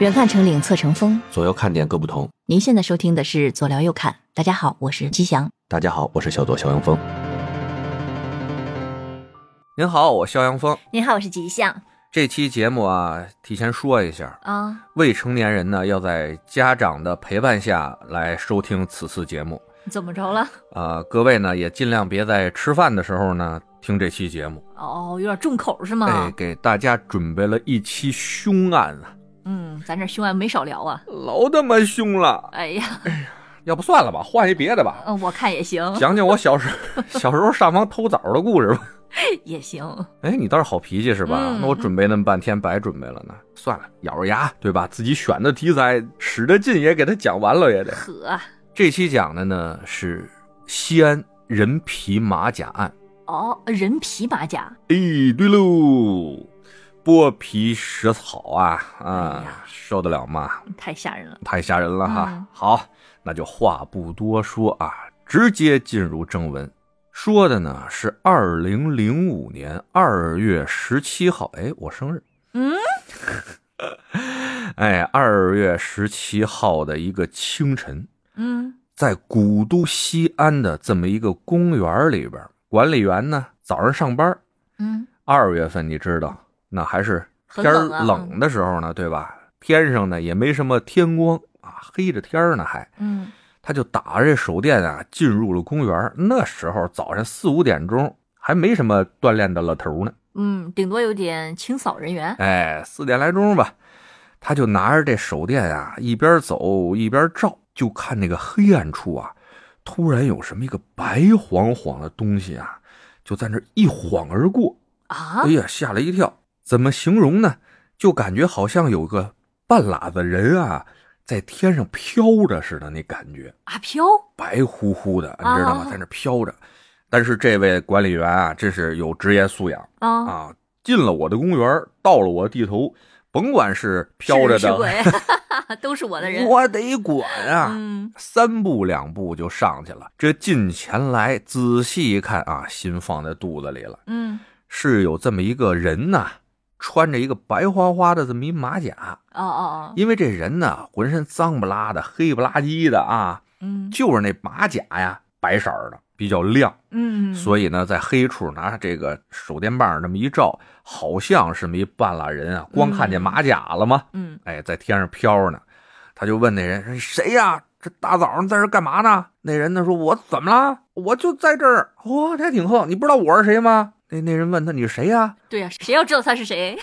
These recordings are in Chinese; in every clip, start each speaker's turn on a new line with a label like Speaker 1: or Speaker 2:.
Speaker 1: 远看成岭侧成峰，
Speaker 2: 左右看点各不同。
Speaker 1: 您现在收听的是左聊右看。大家好，我是吉祥。
Speaker 2: 大家好，我是小左肖阳峰。您好，我肖阳峰。
Speaker 1: 您好，我是吉祥
Speaker 2: 这期节目啊，提前说一下，
Speaker 1: 啊。
Speaker 2: 未成年人呢要在家长的陪伴下来收听此次节目。
Speaker 1: 怎么着了？
Speaker 2: 啊、各位呢也尽量别在吃饭的时候呢听这期节目。
Speaker 1: 哦，有点重口是
Speaker 2: 哎，？给大家准备了一期凶案啊，
Speaker 1: 嗯，咱这凶案没少聊啊。
Speaker 2: 老他妈凶了！
Speaker 1: 哎呀，
Speaker 2: 要不算了吧，换一别的吧。
Speaker 1: 嗯，我看也行，
Speaker 2: 讲讲我小时候 小时候上房偷枣的故事吧。
Speaker 1: 也行。
Speaker 2: 哎，你倒是好脾气是吧？
Speaker 1: 嗯
Speaker 2: 那我准备那么半天白准备了呢。算了，咬着牙，对吧？自己选的题材，使着劲也给他讲完了，也得。
Speaker 1: 呵，
Speaker 2: 这期讲的呢是西安人皮马甲案。
Speaker 1: 哦，人皮马甲，
Speaker 2: 哎，对喽，剥皮食草啊
Speaker 1: 哎
Speaker 2: 啊
Speaker 1: 呀，
Speaker 2: 受得了吗？
Speaker 1: 太吓人了。
Speaker 2: 太吓人了哈。
Speaker 1: 嗯
Speaker 2: 好，那就话不多说啊，直接进入正文。说的呢是二零零五年二月十七号，哎，我生日，
Speaker 1: 嗯，
Speaker 2: 哎，二月十七号的一个清晨，
Speaker 1: 嗯，
Speaker 2: 在古都西安的这么一个公园里边，管理员呢早上上班，
Speaker 1: 嗯，
Speaker 2: 二月份你知道，那还是天
Speaker 1: 很
Speaker 2: 儿
Speaker 1: 冷啊
Speaker 2: 冷的时候呢，对吧？天上呢也没什么天光啊，黑着天儿呢还，
Speaker 1: 嗯，
Speaker 2: 他就打着这手电啊，进入了公园。那时候早上四五点钟，还没什么锻炼的了头呢。
Speaker 1: 嗯，顶多有点清扫人员。
Speaker 2: 哎，四点来钟吧，他就拿着这手电啊，一边走一边照，就看那个黑暗处啊，突然有什么一个白晃晃的东西啊，就在那儿一晃而过。
Speaker 1: 啊
Speaker 2: 哎，呀，吓了一跳！怎么形容呢？就感觉好像有个半拉子人啊，在天上飘着似的，那感觉。
Speaker 1: 阿飘，
Speaker 2: 白乎乎的，你知道
Speaker 1: 啊？
Speaker 2: 吗在那飘着。但是这位管理员啊，真是有职业素养
Speaker 1: 啊，
Speaker 2: 啊！进了我的公园，到了我地头，甭管是飘着
Speaker 1: 是人是
Speaker 2: 的，
Speaker 1: 鬼， 都是我的人。
Speaker 2: 我得管啊！
Speaker 1: 嗯，
Speaker 2: 三步两步就上去了。这近前来，仔细一看啊，心放在肚子里了，
Speaker 1: 嗯，
Speaker 2: 是有这么一个人呐、穿着一个白花花的这么一马甲，
Speaker 1: 哦哦哦，
Speaker 2: 因为这人呢浑身脏不拉的、黑不拉几的啊，
Speaker 1: 嗯
Speaker 2: 就是那马甲呀，白色儿的，比较亮，
Speaker 1: 嗯，
Speaker 2: 所以呢，在黑处拿这个手电棒这么一照，好像是没半拉人啊，光看见马甲了吗？
Speaker 1: 嗯
Speaker 2: 哎，在天上飘着呢。他就问那人说：“谁呀、这大早上在这儿干嘛呢？”那人呢说：“我怎么了？我就在这儿。哇，这还挺横，你不知道我是谁吗？”那那人问他：“你是谁呀、
Speaker 1: 对呀、谁要知道他是谁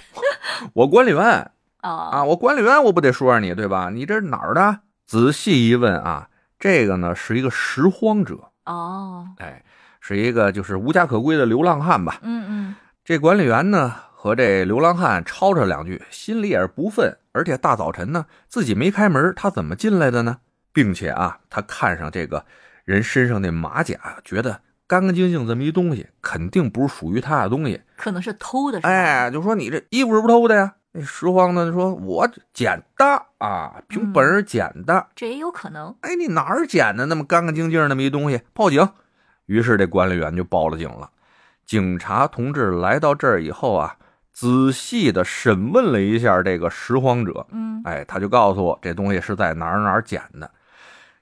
Speaker 2: 我管理员。
Speaker 1: 啊？
Speaker 2: 啊，我管理员我不得说说你对吧？你这是哪儿的？仔细一问啊，这个呢是一个拾荒者，
Speaker 1: 哦，
Speaker 2: 哎，是一个就是无家可归的流浪汉吧。
Speaker 1: 嗯
Speaker 2: 这管理员呢和这流浪汉吵吵两句，心里也是不忿，而且大早晨呢自己没开门，他怎么进来的呢？并且啊，他看上这个人身上那马甲，觉得干干净净这么一东西，肯定不是属于他的东西，
Speaker 1: 嗯，可能是偷的是吧？
Speaker 2: 哎，就说你这衣服是不是偷的呀？那拾荒的说，我捡的啊，凭本事捡的。
Speaker 1: 这也有可能。
Speaker 2: 哎，你哪儿捡的那么干干净净那么一东西？报警！于是这管理员就报了警了。警察同志来到这儿以后啊，仔细的审问了一下这个拾荒者，
Speaker 1: 嗯
Speaker 2: 哎，他就告诉我这东西是在哪儿哪儿捡的。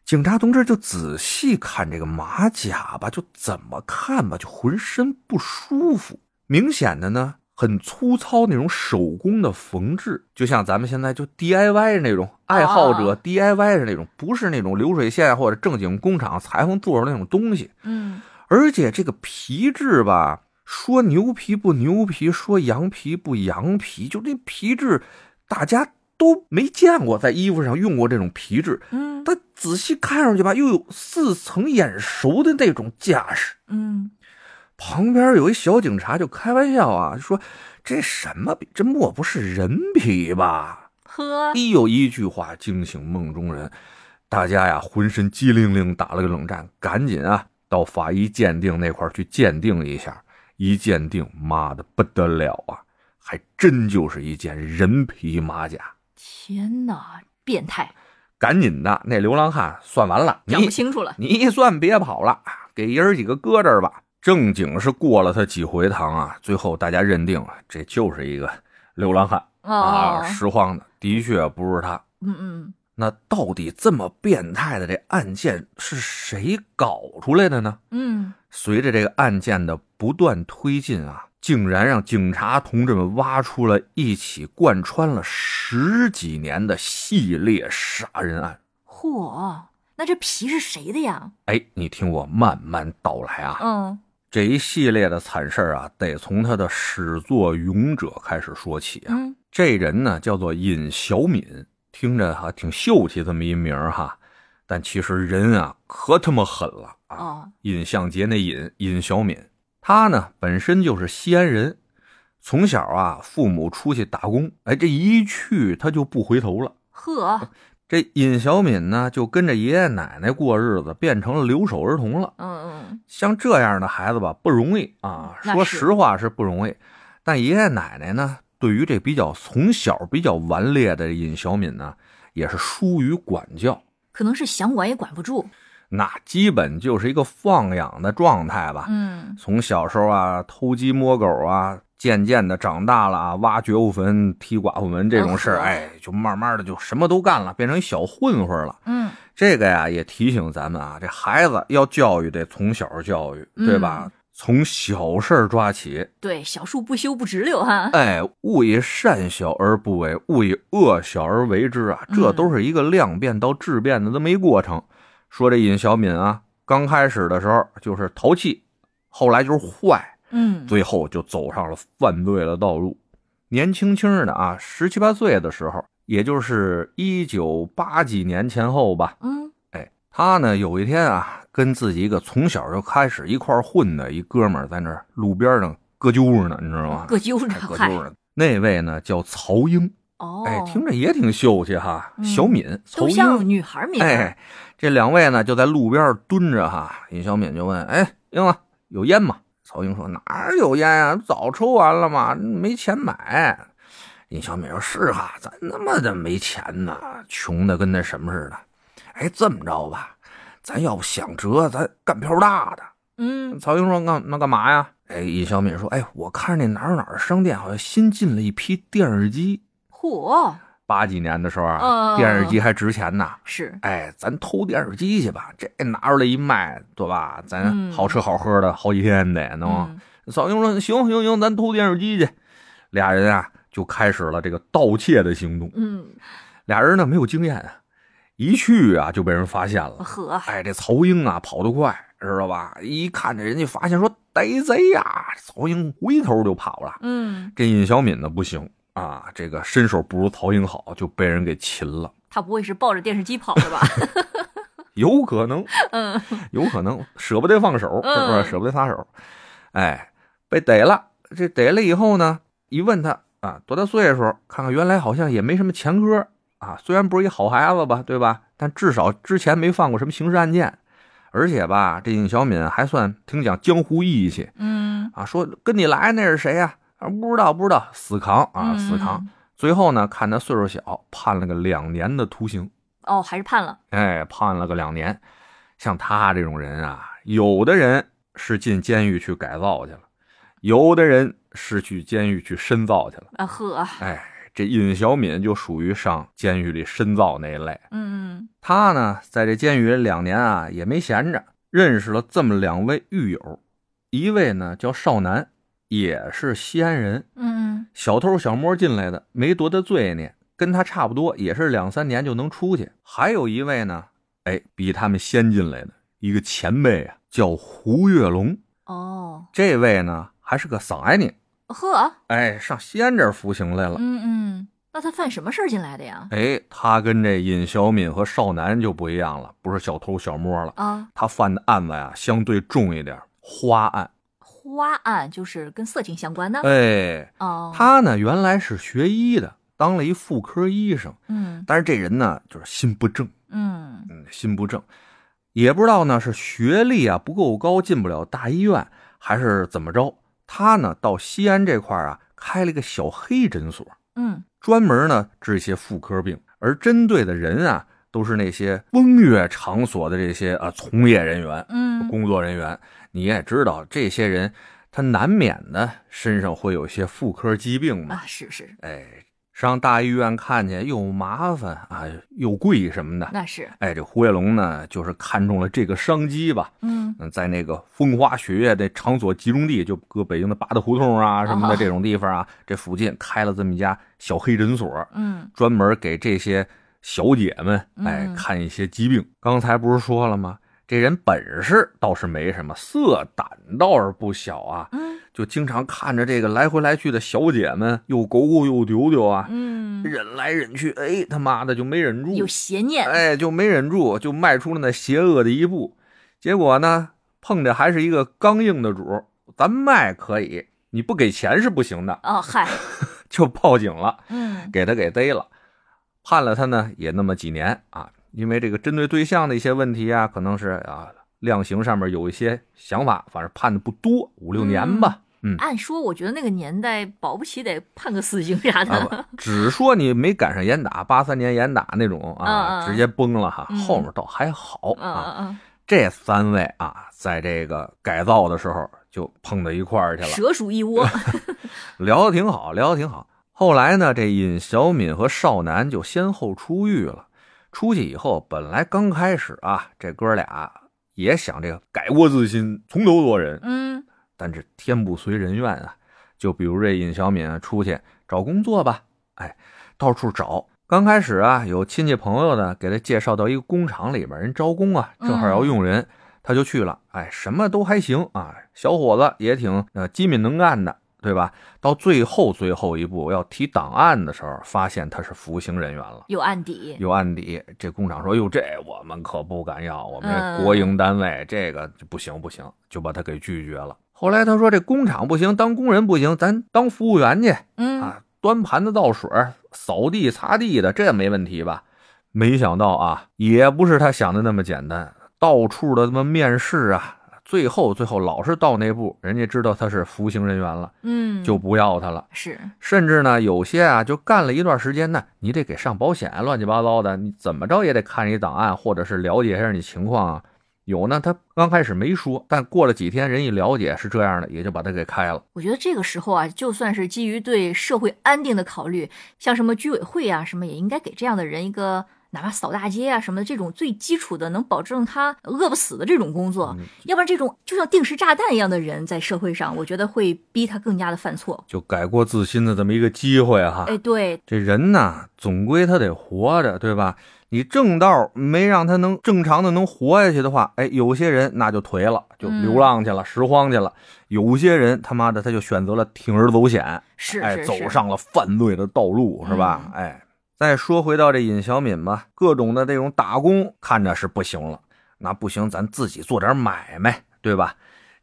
Speaker 2: 警察同志就仔细看这个马甲吧，就怎么看吧，就浑身不舒服。明显的呢，很粗糙那种手工的缝制，就像咱们现在就 DIY 那种爱好者
Speaker 1: 啊
Speaker 2: DIY 的那种，不是那种流水线或者正经工厂裁缝做的那种东西。
Speaker 1: 嗯，
Speaker 2: 而且这个皮质吧，说牛皮不牛皮，说羊皮不羊皮，就这皮质，大家都没见过在衣服上用过这种皮质。
Speaker 1: 嗯
Speaker 2: 但仔细看上去吧，又有似曾眼熟的那种架势。
Speaker 1: 嗯，
Speaker 2: 旁边有一小警察就开玩笑啊，就说这什么皮？这莫不是人皮吧？
Speaker 1: 呵，
Speaker 2: 一有一句话惊醒梦中人，大家呀浑身激灵灵打了个冷战，赶紧啊到法医鉴定那块儿去鉴定一下。一鉴定，妈的不得了啊，还真就是一件人皮马甲。
Speaker 1: 天哪，变态，
Speaker 2: 赶紧的，那流浪汉算完了，
Speaker 1: 讲不
Speaker 2: 你
Speaker 1: 清楚了。
Speaker 2: 你一算别跑了，给爷儿几个搁这儿吧。正经是过了他几回堂啊，最后大家认定啊，这就是一个流浪汉
Speaker 1: 哦，
Speaker 2: 啊，拾荒的。的确不是他。
Speaker 1: 嗯嗯，
Speaker 2: 那到底这么变态的这案件是谁搞出来的呢？
Speaker 1: 嗯，
Speaker 2: 随着这个案件的不断推进啊，竟然让警察同志们挖出了一起贯穿了十几年的系列杀人案。
Speaker 1: 嚯，那这皮是谁的呀？
Speaker 2: 哎，你听我慢慢道来啊。
Speaker 1: 嗯
Speaker 2: 这一系列的惨事儿啊，得从他的始作俑者开始说起啊。
Speaker 1: 嗯
Speaker 2: 这人呢叫做尹小敏，听着哈、挺秀气这么一名儿哈，但其实人啊可他妈狠了啊！
Speaker 1: 哦，
Speaker 2: 尹相杰那尹尹小敏，他呢本身就是西安人，从小啊父母出去打工，哎这一去他就不回头了。
Speaker 1: 呵，
Speaker 2: 这尹小敏呢就跟着爷爷奶奶过日子，变成了留守儿童了。
Speaker 1: 嗯
Speaker 2: 像这样的孩子吧，不容易啊。
Speaker 1: 那
Speaker 2: 说
Speaker 1: 是
Speaker 2: 实话是不容易，但爷爷奶奶呢，对于这比较从小比较顽劣的尹小敏呢，也是疏于管教，
Speaker 1: 嗯，可能是想管也管不住。
Speaker 2: 那基本就是一个放养的状态吧。
Speaker 1: 嗯
Speaker 2: 从小时候啊，偷鸡摸狗啊，渐渐的长大了啊，挖掘户坟、踢寡妇门这种事儿，
Speaker 1: 嗯
Speaker 2: 哎，就慢慢的就什么都干了，变成一小混混了。
Speaker 1: 嗯
Speaker 2: 这个呀，也提醒咱们啊，这孩子要教育得从小教育，对吧？
Speaker 1: 嗯
Speaker 2: 从小事儿抓起，
Speaker 1: 对，小树不修不直溜哈。
Speaker 2: 哎，勿以善小而不为，勿以恶小而为之啊，这
Speaker 1: 嗯
Speaker 2: 都是一个量变到质变的这么一过程。说这尹小敏啊，刚开始的时候就是淘气，后来就是坏，
Speaker 1: 嗯，
Speaker 2: 最后就走上了犯罪的道路。年轻轻的啊，十七八岁的时候，也就是一九八几年前后吧，
Speaker 1: 嗯
Speaker 2: 哎，他呢有一天啊，跟自己一个从小就开始一块儿混的一哥们儿在那儿路边上搁揪着呢，你知道吗？
Speaker 1: 各揪着，
Speaker 2: 哎搁
Speaker 1: 嗨
Speaker 2: 揪，着呢。那位呢叫曹英，
Speaker 1: 哦，
Speaker 2: 哎，听着也挺秀气哈，
Speaker 1: 嗯
Speaker 2: 小敏、曹
Speaker 1: 都像
Speaker 2: 英，
Speaker 1: 女孩名儿。
Speaker 2: 哎，这两位呢就在路边蹲着哈。尹小敏就问：“哎，英子，有烟吗？”曹英说：“哪儿有烟呀、早抽完了嘛，没钱买。”尹小敏说：“是哈，咱他妈的没钱呐，穷的跟那什么似的。哎，这么着吧，咱要不想辙，咱干票大的。”
Speaker 1: 嗯
Speaker 2: 曹英说：“干那干嘛呀？”哎，尹小敏说：“哎，我看那哪儿哪儿商店好像新进了一批电视机，
Speaker 1: 嚯，
Speaker 2: 八几年的时候啊，
Speaker 1: 嗯
Speaker 2: 电视机还值钱呢。
Speaker 1: 是，
Speaker 2: 哎，咱偷电视机去吧，这拿出来一卖，对吧？咱
Speaker 1: 嗯
Speaker 2: 好吃好喝的，好几天得能。
Speaker 1: 嗯
Speaker 2: 曹英说：“行行行，咱偷电视机去。”俩人啊就开始了这个盗窃的行动。
Speaker 1: 嗯，
Speaker 2: 俩人呢没有经验啊，一去啊就被人发现了。
Speaker 1: 呵，
Speaker 2: 哎，这曹英啊跑得快，知道吧？一看着人家发现说逮贼呀、曹英回头就跑了。
Speaker 1: 嗯，
Speaker 2: 这尹小敏呢不行啊，这个身手不如曹英好，就被人给擒了。
Speaker 1: 他不会是抱着电视机跑的吧？
Speaker 2: 有可能，
Speaker 1: 嗯
Speaker 2: 有可能舍不得放手，是不
Speaker 1: 嗯
Speaker 2: 是？舍不得撒手。哎，被逮了，这逮了以后呢，一问他啊多大岁数，看看原来好像也没什么前科啊，虽然不是一好孩子吧，对吧？但至少之前没犯过什么刑事案件，而且吧，这尹小敏还算挺讲江湖义气
Speaker 1: 嗯
Speaker 2: 啊。说跟你来那是谁呀、啊？不知道，不知道，死扛啊，死扛。。
Speaker 1: 嗯
Speaker 2: 最后呢，看他岁数小，判了个两年的徒刑。
Speaker 1: 哦，还是判了。
Speaker 2: 哎，判了个两年。像他这种人啊，有的人是进监狱去改造去了，有的人是去监狱去深造去了。
Speaker 1: 啊呵，
Speaker 2: 哎，这尹小敏就属于上监狱里深造那一类。
Speaker 1: 嗯
Speaker 2: 他呢，在这监狱里两年啊，也没闲着，认识了这么两位狱友，一位呢叫少南，也是西安人，
Speaker 1: 嗯
Speaker 2: 小偷小摸进来的，没多大罪孽，跟他差不多，也是两三年就能出去。还有一位呢，哎，比他们先进来的一个前辈啊，叫胡跃龙。
Speaker 1: 哦
Speaker 2: 这位呢，还是个嗓尼，
Speaker 1: 呵，
Speaker 2: 哎，上西安这儿服刑来了。
Speaker 1: 嗯嗯，那他犯什么事儿进来的呀？
Speaker 2: 哎，他跟这尹小敏和少南就不一样了，不是小偷小摸了，
Speaker 1: 啊，
Speaker 2: 他犯的案子呀、相对重一点，花案。
Speaker 1: 花案就是跟色情相关的。
Speaker 2: 哎，
Speaker 1: 哦，
Speaker 2: 他呢原来是学医的，当了一妇科医生，
Speaker 1: 嗯
Speaker 2: 但是这人呢就是心不正。
Speaker 1: 嗯
Speaker 2: 嗯，心不正，也不知道呢是学历啊不够高，进不了大医院，还是怎么着？他呢到西安这块儿啊开了一个小黑诊所，
Speaker 1: 嗯，
Speaker 2: 专门呢治一些妇科病，而针对的人啊都是那些风月场所的这些啊从业人员、
Speaker 1: 嗯，
Speaker 2: 工作人员。你也知道，这些人他难免的身上会有一些妇科疾病嘛
Speaker 1: 啊，，是是，
Speaker 2: 哎，上大医院看去又麻烦啊，又贵什么的。
Speaker 1: 那是，
Speaker 2: 哎，这胡月龙呢，就是看中了这个商机吧。
Speaker 1: 嗯，
Speaker 2: 嗯，在那个风花雪月的场所集中地，就搁北京的八大胡同啊什么的
Speaker 1: 哦
Speaker 2: 这种地方啊，这附近开了这么一家小黑诊所，
Speaker 1: 嗯，
Speaker 2: 专门给这些小姐们哎
Speaker 1: 嗯
Speaker 2: 看一些疾病。刚才不是说了吗？这人本事倒是没什么，色胆倒是不小啊，
Speaker 1: 嗯，
Speaker 2: 就经常看着这个来回来去的小姐们，又勾勾又丢丢啊，
Speaker 1: 嗯，
Speaker 2: 忍来忍去，哎他妈的就没忍住，
Speaker 1: 有邪念，
Speaker 2: 哎，就没忍住，就迈出了那邪恶的一步。结果呢，碰着还是一个刚硬的主儿，咱卖可以，你不给钱是不行的，
Speaker 1: 哦，嗨，
Speaker 2: 就报警了，
Speaker 1: 嗯，
Speaker 2: 给他给逮了，判了他呢也那么几年啊。因为这个针对对象的一些问题啊，可能是啊量刑上面有一些想法，反正判的不多，五六年吧。嗯
Speaker 1: 按说我觉得那个年代保不齐得判个死刑啥的，
Speaker 2: 啊， 不只说你没赶上严打，八三年严打那种
Speaker 1: 嗯嗯嗯
Speaker 2: 啊，直接崩了哈。
Speaker 1: 嗯
Speaker 2: 后面倒还好
Speaker 1: 嗯
Speaker 2: 啊，
Speaker 1: 嗯
Speaker 2: 这三位啊，在这个改造的时候就碰到一块儿
Speaker 1: 嗯，
Speaker 2: 去了，
Speaker 1: 蛇鼠一 窝，
Speaker 2: 聊得挺好，聊得挺好。后来呢，这尹小敏和少南就先后出狱了。出去以后，本来刚开始啊，这哥俩也想这个改过自新，从头做人，
Speaker 1: 嗯，
Speaker 2: 但是天不随人愿啊。就比如这尹小敏啊出去找工作吧，哎，到处找。刚开始啊，有亲戚朋友呢给他介绍到一个工厂里边，人招工啊，正好要用人，他就去了。哎，什么都还行啊，小伙子也挺呃机敏能干的，对吧？到最后最后一步要提档案的时候，发现他是服刑人员了。
Speaker 1: 有案底，
Speaker 2: 有案底，这工厂说：“哟，这我们可不敢要，我们
Speaker 1: 嗯
Speaker 2: 这国营单位这个就不行不行，就把他给拒绝了。”后来他说：“这工厂不行，当工人不行，咱当服务员去
Speaker 1: 嗯，
Speaker 2: 啊，端盘子倒水、扫地擦地的，这没问题吧？”没想到啊，也不是他想的那么简单，到处的他妈面试啊，最后最后老是到那步，人家知道他是服刑人员了，
Speaker 1: 嗯，
Speaker 2: 就不要他了。
Speaker 1: 是，
Speaker 2: 甚至呢，有些啊，就干了一段时间呢，你得给上保险，乱七八糟的，你怎么着也得看一档案，或者是了解一下你情况啊。有呢，他刚开始没说，但过了几天，人一了解是这样的，也就把他给开了。
Speaker 1: 我觉得这个时候啊，就算是基于对社会安定的考虑，像什么居委会啊什么，也应该给这样的人一个。哪怕扫大街啊什么的，这种最基础的能保证他饿不死的这种工作，
Speaker 2: 嗯
Speaker 1: 要不然这种就像定时炸弹一样的人，在社会上，我觉得会逼他更加的犯错。
Speaker 2: 就改过自新的这么一个机会哈。
Speaker 1: 哎，对，
Speaker 2: 这人呐，总归他得活着，对吧？你正道没让他能正常的能活下去的话，哎，有些人那就颓了，就
Speaker 1: 嗯
Speaker 2: 流浪去了，拾荒去了；有些人他妈的他就选择了铤而走险，
Speaker 1: 是
Speaker 2: 哎，
Speaker 1: 是
Speaker 2: 走
Speaker 1: 是
Speaker 2: 上了犯罪的道路，是吧？
Speaker 1: 嗯
Speaker 2: 哎，再说回到这尹小敏吧，各种的这种打工看着是不行了，那不行，咱自己做点买卖，对吧？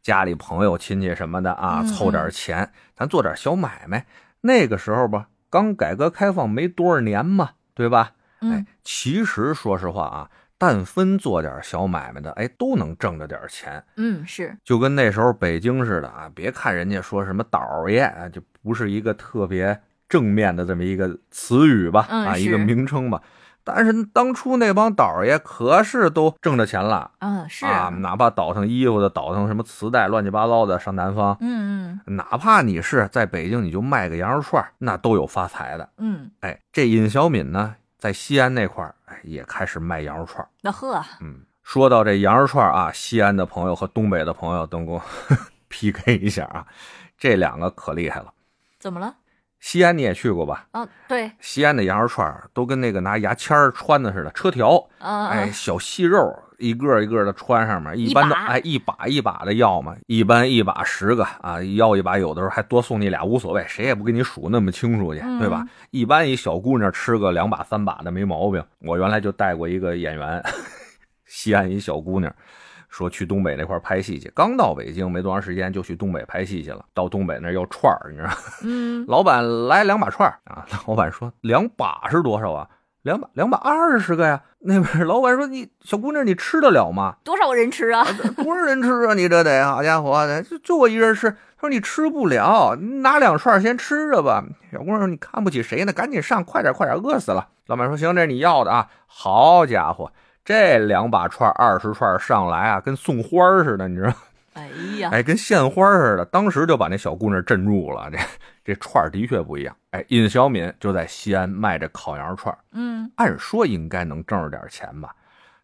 Speaker 2: 家里朋友亲戚什么的啊，
Speaker 1: 嗯
Speaker 2: 凑点钱，咱做点小买卖。那个时候吧，刚改革开放没多少年嘛，对吧？哎
Speaker 1: 嗯，，
Speaker 2: 其实说实话啊，但分做点小买卖的，哎，都能挣着点钱。
Speaker 1: 嗯，是，
Speaker 2: 就跟那时候北京似的啊，别看人家说什么倒爷啊，就不是一个特别正面的这么一个词语吧，
Speaker 1: 嗯
Speaker 2: 啊，
Speaker 1: 是
Speaker 2: 一个名称吧。但是当初那帮倒爷可是都挣着钱了
Speaker 1: 嗯，是，
Speaker 2: 啊，哪怕倒腾衣服的，倒腾什么磁带，乱七八糟的，上南方，
Speaker 1: 嗯嗯
Speaker 2: 哪怕你是在北京，你就卖个羊肉串儿，那都有发财的。
Speaker 1: 嗯，
Speaker 2: 哎，这尹小敏呢，在西安那块儿，哎，也开始卖羊肉串儿。
Speaker 1: 那啊呵，
Speaker 2: 嗯，说到这羊肉串儿啊，西安的朋友和东北的朋友，等我 PK 一下啊，这两个可厉害了。
Speaker 1: 怎么了？
Speaker 2: 西安你也去过吧？
Speaker 1: 啊，对，
Speaker 2: 西安的羊肉串儿都跟那个拿牙签儿穿的似的，车条，
Speaker 1: 啊，
Speaker 2: 哎，小细肉一个一个的穿上面，一
Speaker 1: 一
Speaker 2: 般都
Speaker 1: 把
Speaker 2: 哎一把一把的要嘛，一般一把十个啊，要一把有的时候还多送你俩无所谓，谁也不给你数那么清楚去，对
Speaker 1: 嗯
Speaker 2: 吧？一般一小姑娘吃个两把三把的没毛病。我原来就带过一个演员，西安一小姑娘。说去东北那块儿拍戏去，刚到北京没多长时间就去东北拍戏去了。到东北那儿要串儿，你知道吗，
Speaker 1: 嗯，
Speaker 2: 老板来两把串儿啊， 老板说两把是多少啊？两把两把二十个呀。 那边老板说你小姑娘你吃得了吗？
Speaker 1: 多少人吃啊？
Speaker 2: 多少人吃啊？你这得好家伙的，就就我一人吃。他说你吃不了，你拿两串儿先吃着吧。 小姑娘说你看不起谁呢？赶紧上，快点快点，饿死了。老板说行，这是你要的啊。好家伙，这两把串儿二十串儿上来啊，跟送花儿似的，你知道吗。
Speaker 1: 哎呀，
Speaker 2: 哎，跟献花似的，当时就把那小姑娘镇住了。这这串儿的确不一样。哎，尹小敏就在西安卖着烤羊肉串儿，
Speaker 1: 嗯，
Speaker 2: 按说应该能挣着点钱吧，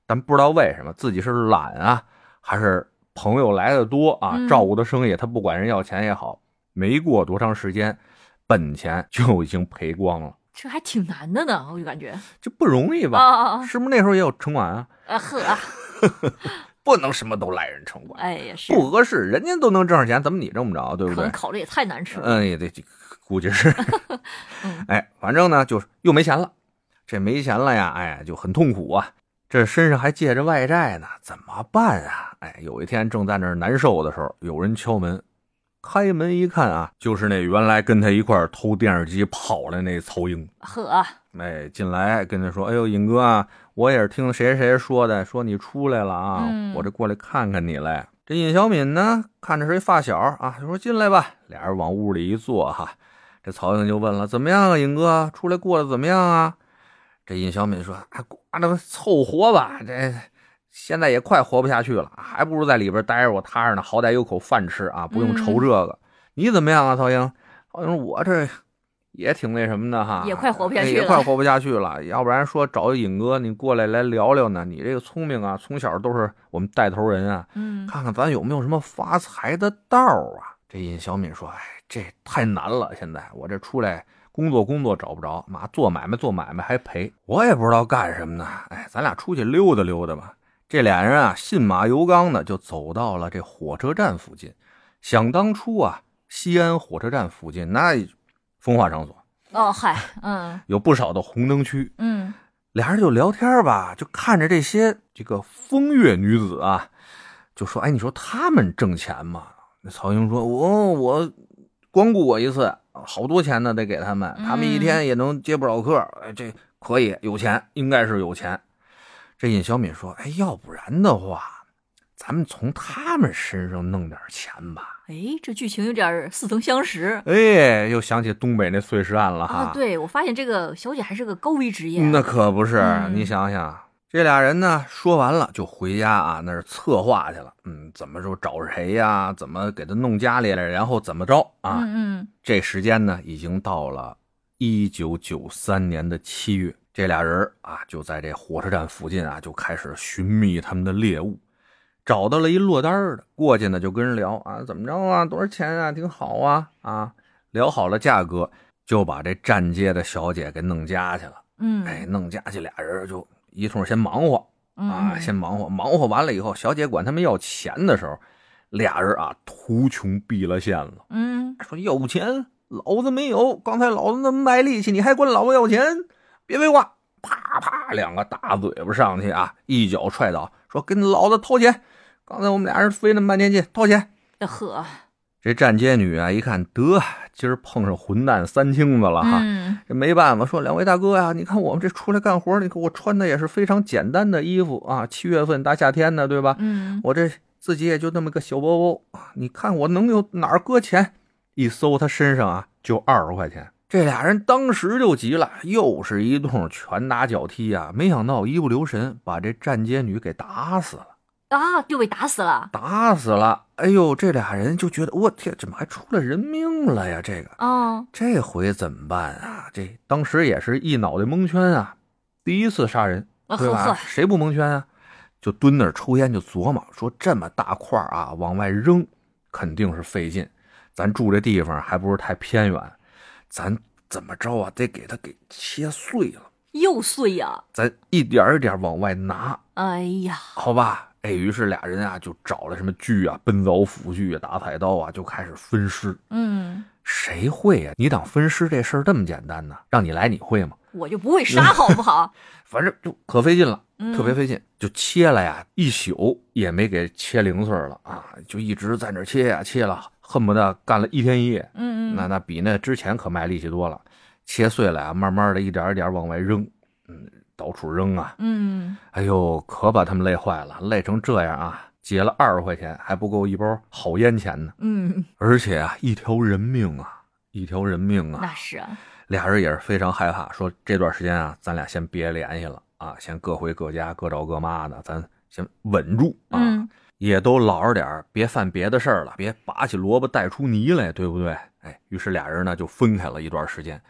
Speaker 2: 但不知道为什么自己是懒啊，还是朋友来的多啊
Speaker 1: 嗯，
Speaker 2: 照顾的生意，他不管人要钱也好，没过多长时间，本钱就已经赔光了，
Speaker 1: 这还挺难的呢，我就感觉
Speaker 2: 就不容易
Speaker 1: 啊
Speaker 2: 吧？
Speaker 1: 啊啊
Speaker 2: 是不是那时候也有城管啊？
Speaker 1: 啊呵啊，
Speaker 2: 不能什么都赖人城管，
Speaker 1: 哎呀是，
Speaker 2: 不合适，人家都能挣着钱，怎么你挣不着？对不
Speaker 1: 可
Speaker 2: 对
Speaker 1: 能？烤的也太难吃了，
Speaker 2: 嗯，也得估计 是
Speaker 1: 嗯。
Speaker 2: 哎，反正呢，就是又没钱了，这没钱了呀，哎，就很痛苦啊。这身上还借着外债呢，怎么办啊？哎，有一天正在那儿难受的时候，有人敲门，开门一看啊，就是那原来跟他一块儿偷电视机跑的那曹英。
Speaker 1: 呵啊，
Speaker 2: 哎，进来跟他说：“哎呦，尹哥啊，我也是听谁谁说的，说你出来了啊，
Speaker 1: 嗯
Speaker 2: 我这过来看看你来。”这尹小敏呢，看着是一发小啊，就说：“进来吧。”俩人往屋里一坐哈，这曹颖就问了：“怎么样啊，尹哥？出来过得怎么样啊？”这尹小敏说：“啊，那么凑合吧，这现在也快活不下去了，还不如在里边待着我踏实呢，好歹有口饭吃啊，不用愁这个。你怎么样啊，曹英？曹英说：“我这也挺那什么的哈，
Speaker 1: 也快活不下
Speaker 2: 哎
Speaker 1: 去
Speaker 2: 也
Speaker 1: 了
Speaker 2: 快活不下去了。要不然说找尹哥你过来来聊聊呢？你这个聪明啊，从小都是我们带头人啊，
Speaker 1: 嗯，
Speaker 2: 看看咱有没有什么发财的道儿啊。”这尹小敏说：“哎，这太难了，现在我这出来工作工作找不着，妈做买卖做买卖还赔，我也不知道干什么呢。哎，咱俩出去溜达溜达吧。这俩人啊，信马由缰的就走到了这火车站附近。想当初啊，西安火车站附近那风化场所，
Speaker 1: 哦嗨，嗯
Speaker 2: 有不少的红灯区。
Speaker 1: 嗯，
Speaker 2: 俩人就聊天吧，就看着这些这个风月女子啊，就说：“哎，你说他们挣钱吗？”那曹英说：“我我光顾我一次，好多钱呢，得给他们，他们一天也能接不少客，哎，这可以有钱，应该是有钱。”这尹小敏说：“哎，要不然的话，咱们从他们身上弄点钱吧。
Speaker 1: 哎，这剧情有点儿似曾相识”
Speaker 2: 哎，又想起东北那碎尸案了哈。
Speaker 1: 啊，对我发现这个小姐还是个高危职业，啊
Speaker 2: 那可不是，
Speaker 1: 嗯
Speaker 2: 你想想，这俩人呢，说完了就回家啊，那是策划去了。嗯，怎么说找谁呀、怎么给他弄家里来？然后怎么着啊？
Speaker 1: 嗯嗯，
Speaker 2: 这时间呢，已经到了一九九三年的七月。这俩人啊，就在这火车站附近啊，就开始寻觅他们的猎物，找到了一落单儿的，过去呢就跟人聊啊，怎么着啊，多少钱啊，挺好啊啊，聊好了价格，就把这站街的小姐给弄家去了。
Speaker 1: 嗯，
Speaker 2: 哎，弄家去俩人就一通先忙活
Speaker 1: 嗯
Speaker 2: 啊，先忙活，忙活完了以后，小姐管他们要钱的时候，俩人啊图穷匕了现了，
Speaker 1: 嗯，
Speaker 2: 说有钱老子没有，刚才老子那么卖力气，你还管老子要钱？别废话！啪啪，两个大嘴巴上去啊，一脚踹倒，说跟老子掏钱！刚才我们俩人费那么半天劲，掏钱！
Speaker 1: 嗯呵，
Speaker 2: 这站街女啊，一看得今儿碰上混蛋三清子了啊哈，
Speaker 1: 嗯
Speaker 2: 这没办法，说两位大哥呀、你看我们这出来干活，你看我穿的也是非常简单的衣服啊，七月份大夏天的，对吧？
Speaker 1: 嗯，
Speaker 2: 我这自己也就那么个小包包啊，你看我能有哪儿搁钱？一搜他身上啊，就二十块钱。这俩人当时就急了，又是一通拳打脚踢啊！没想到一不留神把这站街女给打死了，
Speaker 1: 啊，就被打死了
Speaker 2: 打死了！哎呦，这俩人就觉得我天，怎么还出了人命了呀？这个
Speaker 1: 哦，
Speaker 2: 这回怎么办啊？这当时也是一脑袋蒙圈啊，第一次杀人，
Speaker 1: 啊
Speaker 2: 对
Speaker 1: 呵
Speaker 2: 吧
Speaker 1: 呵？，
Speaker 2: 谁不蒙圈啊？就蹲那儿抽烟，就琢磨说这么大块儿啊，往外扔肯定是费劲。咱住这地方还不是太偏远，咱怎么着啊？得给它给切碎了，
Speaker 1: 又碎啊呀，
Speaker 2: 咱一点儿一点儿往外拿，
Speaker 1: 哎呀，
Speaker 2: 好吧？哎，于是俩人啊就找了什么锯啊、奔凿、斧锯、啊、打菜刀啊，就开始分尸。
Speaker 1: 嗯，
Speaker 2: 谁会呀、你当分尸这事儿这么简单呢？让你来你会吗？
Speaker 1: 我就不会杀，好不好？
Speaker 2: 反正就可费劲了，
Speaker 1: 嗯
Speaker 2: 特别费劲，就切了呀，一宿也没给切零碎了啊，就一直在那儿切呀、切了，恨不得干了一天一夜。
Speaker 1: 嗯
Speaker 2: 那
Speaker 1: 嗯，
Speaker 2: 那比那之前可卖力气多了，切碎了啊，慢慢的一点一点往外扔，嗯，到处扔啊，
Speaker 1: 嗯，
Speaker 2: 哎呦，可把他们累坏了，累成这样啊，结了二十块钱还不够一包好烟钱呢，
Speaker 1: 嗯，
Speaker 2: 而且啊，一条人命啊，一条人命啊，
Speaker 1: 那是啊，
Speaker 2: 俩人也是非常害怕，说这段时间啊，咱俩先别联系了啊，先各回各家，各找各妈的，咱先稳住啊。
Speaker 1: 嗯
Speaker 2: 也都老实点儿别犯别的事儿了，别拔起萝卜带出泥来，对不对？哎，于是俩人呢就分开了一段时间。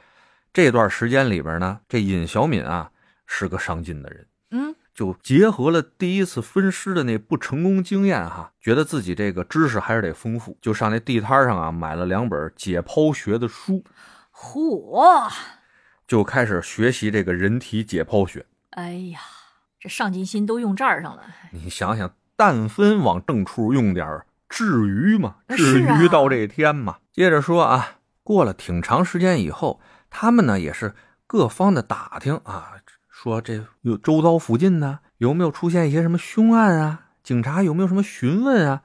Speaker 2: 这段时间里边呢，这尹小敏啊是个上进的人，
Speaker 1: 嗯，
Speaker 2: 就结合了第一次分尸的那不成功经验哈、觉得自己这个知识还是得丰富，就上那地摊上啊买了两本解剖学的书，
Speaker 1: 嚯，
Speaker 2: 就开始学习这个人体解剖学。
Speaker 1: 哎呀，这上进心都用这儿上了，
Speaker 2: 你想想，但分往正处用点儿，至于吗？
Speaker 1: 那
Speaker 2: 至
Speaker 1: 是啊
Speaker 2: 于到这天吗？接着说啊，过了挺长时间以后，他们呢也是各方的打听啊，说这有周遭附近呢有没有出现一些什么凶案啊？警察有没有什么询问啊？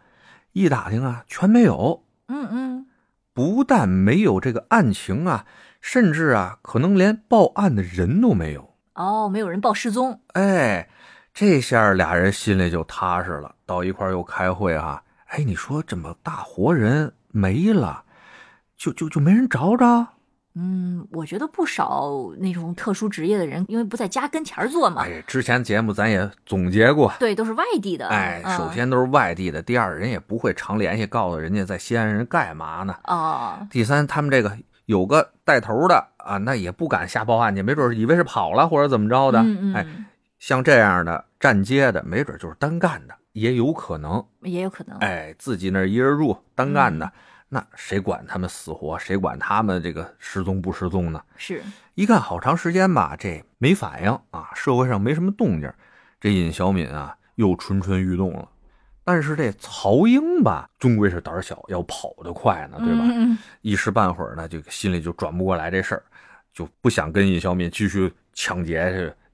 Speaker 2: 一打听啊，全没有。
Speaker 1: 嗯嗯，
Speaker 2: 不但没有这个案情啊，甚至啊，可能连报案的人都没有。
Speaker 1: 哦，没有人报失踪，
Speaker 2: 哎，这下俩人心里就踏实了。到一块儿又开会啊，哎，你说这么大活人没了，就就就没人找找？
Speaker 1: 嗯，我觉得不少那种特殊职业的人，因为不在家跟前儿做嘛，
Speaker 2: 哎，之前节目咱也总结过，
Speaker 1: 对，都是外地的，
Speaker 2: 哎，
Speaker 1: 嗯
Speaker 2: 首先都是外地的，第二人也不会常联系，告诉人家在西安人干嘛呢？
Speaker 1: 哦，
Speaker 2: 第三，他们这个有个带头的啊，那也不敢瞎报案去，没准儿以为是跑了或者怎么着的。
Speaker 1: 嗯
Speaker 2: 哎，
Speaker 1: 嗯，
Speaker 2: 像这样的站街的，没准儿就是单干的，也有可能。
Speaker 1: 也有可能，
Speaker 2: 哎，自己那儿一人住，单干的，那谁管他们死活？谁管他们这个失踪不失踪呢？
Speaker 1: 是，
Speaker 2: 一看好长时间吧，这没反应啊，社会上没什么动静，这尹小敏啊又蠢蠢欲动了。但是这曹英吧，终归是胆儿小，要跑得快呢，啊对吧？
Speaker 1: 嗯嗯
Speaker 2: 一时半会儿呢，就心里就转不过来这事儿，就不想跟尹小敏继续抢劫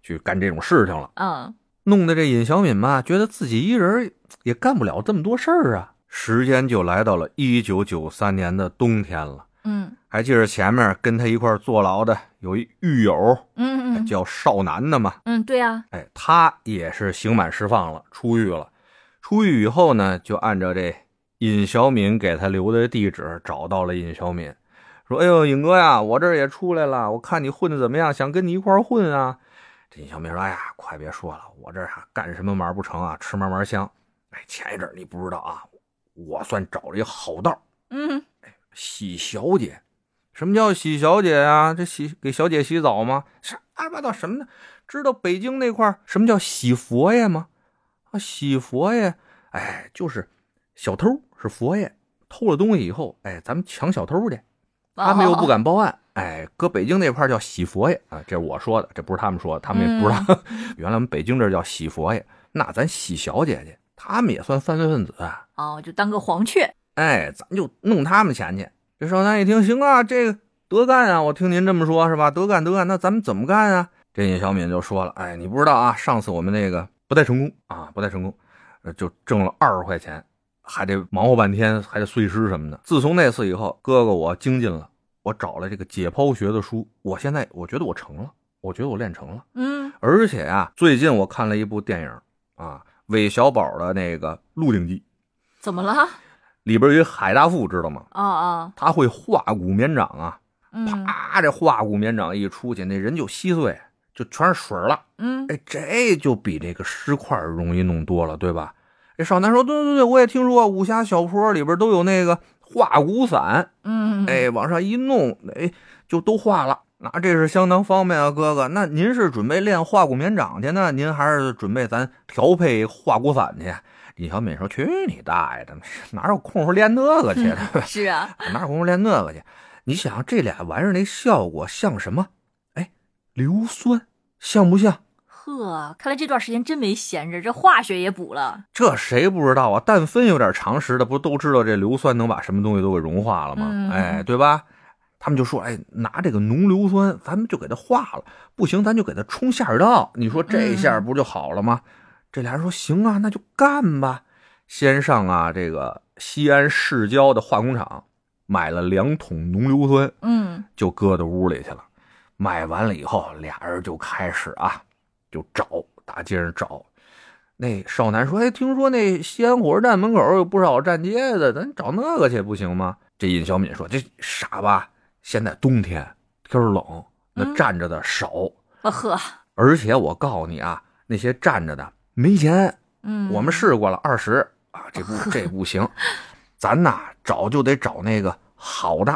Speaker 2: 去去干这种事情了。
Speaker 1: 嗯，
Speaker 2: 弄得这尹小敏嘛，觉得自己一人儿也干不了这么多事儿啊。时间就来到了一九九三年的冬天了，
Speaker 1: 嗯
Speaker 2: 还记着前面跟他一块儿坐牢的有一狱友
Speaker 1: 嗯嗯
Speaker 2: 叫少南的嘛，
Speaker 1: 嗯，对啊，
Speaker 2: 哎，他也是刑满释放了，出狱了。出狱以后呢，就按照这尹小敏给他留的地址找到了尹小敏，说：“哎呦，尹哥呀，我这儿也出来了，我看你混的怎么样，想跟你一块儿混啊。”这尹小敏说：“哎呀，快别说了，我这儿啊干什么忙不成啊，吃嘛嘛香。哎，前一阵儿你不知道啊，我算找了一好道儿，
Speaker 1: 嗯
Speaker 2: 洗小姐。什么叫洗小姐啊？这洗给小姐洗澡吗？是二八道什么呢？知道北京那块儿什么叫洗佛爷吗？啊，洗佛爷，哎，就是小偷是佛爷，偷了东西以后，哎，咱们抢小偷去。他们又不敢报案，哎，搁北京那块儿叫洗佛爷啊，这是我说的，这不是他们说的，他们也不知道。 原来我们北京这儿叫洗佛爷，那咱洗小姐去，他们也算犯罪分子啊。
Speaker 1: 哦，就当个黄雀，
Speaker 2: 哎，咱就弄他们钱去。这少男一听，行啊，这个得干啊！我听您这么说，是吧？得干得干，那咱们怎么干啊？这尹小敏就说了，哎，你不知道啊，上次我们那个不太成功啊，不太成功，呃就挣了二十块钱，还得忙活半天，还得碎尸什么的。自从那次以后，哥哥我精进了，我找了这个解剖学的书，我现在我觉得我成了，我觉得我练成了。
Speaker 1: 嗯
Speaker 2: 而且啊，最近我看了一部电影啊，韦小宝的那个《鹿鼎记》，
Speaker 1: 怎么了？
Speaker 2: 里边有一海大富，知道吗？
Speaker 1: 哦哦，
Speaker 2: 他会化骨绵掌啊，
Speaker 1: 嗯
Speaker 2: 啪！这化骨绵掌一出去，那人就稀碎，就全是水了。
Speaker 1: 嗯
Speaker 2: 哎，这就比这个尸块容易弄多了，对吧？这少男说：“对对对，我也听说过武侠小说里边都有那个化骨散，
Speaker 1: 嗯，
Speaker 2: 哎，往上一弄，哎，就都化了。那、这是相当方便啊，哥哥。那您是准备练化骨绵掌去呢，您还是准备咱调配化骨散去？”李小敏说：“去你大爷的，哪有空练那个去？ 对吧？”
Speaker 1: 是啊，
Speaker 2: 哪有功夫练那个去？你想这俩玩意儿那效果像什么？哎，硫酸像不像？
Speaker 1: 呵，看来这段时间真没闲着，这化学也补了，
Speaker 2: 这谁不知道啊？但分有点常识的，不都知道这硫酸能把什么东西都给融化了吗？
Speaker 1: 嗯
Speaker 2: 哎，对吧？他们就说，哎，拿这个浓硫酸，咱们就给它化了，不行，咱就给它冲下水道。你说这下不就好了吗？这俩人说行啊，那就干吧。先上啊，这个西安市郊的化工厂买了两桶浓硫酸，
Speaker 1: 嗯
Speaker 2: 就搁到屋里去了。卖完了以后，俩人就开始啊，就找大街上找。那少男说：“哎，听说那西安火车站门口有不少站街的，咱找那个去不行吗？”这尹小敏说：“这傻吧，现在冬天天儿冷，那
Speaker 1: 嗯
Speaker 2: 站着的少，
Speaker 1: 啊呵，
Speaker 2: 而且我告诉你啊，那些站着的没钱，
Speaker 1: 嗯，
Speaker 2: 我们试过了，二十啊，这 不这不行，咱呐找就得找那个好的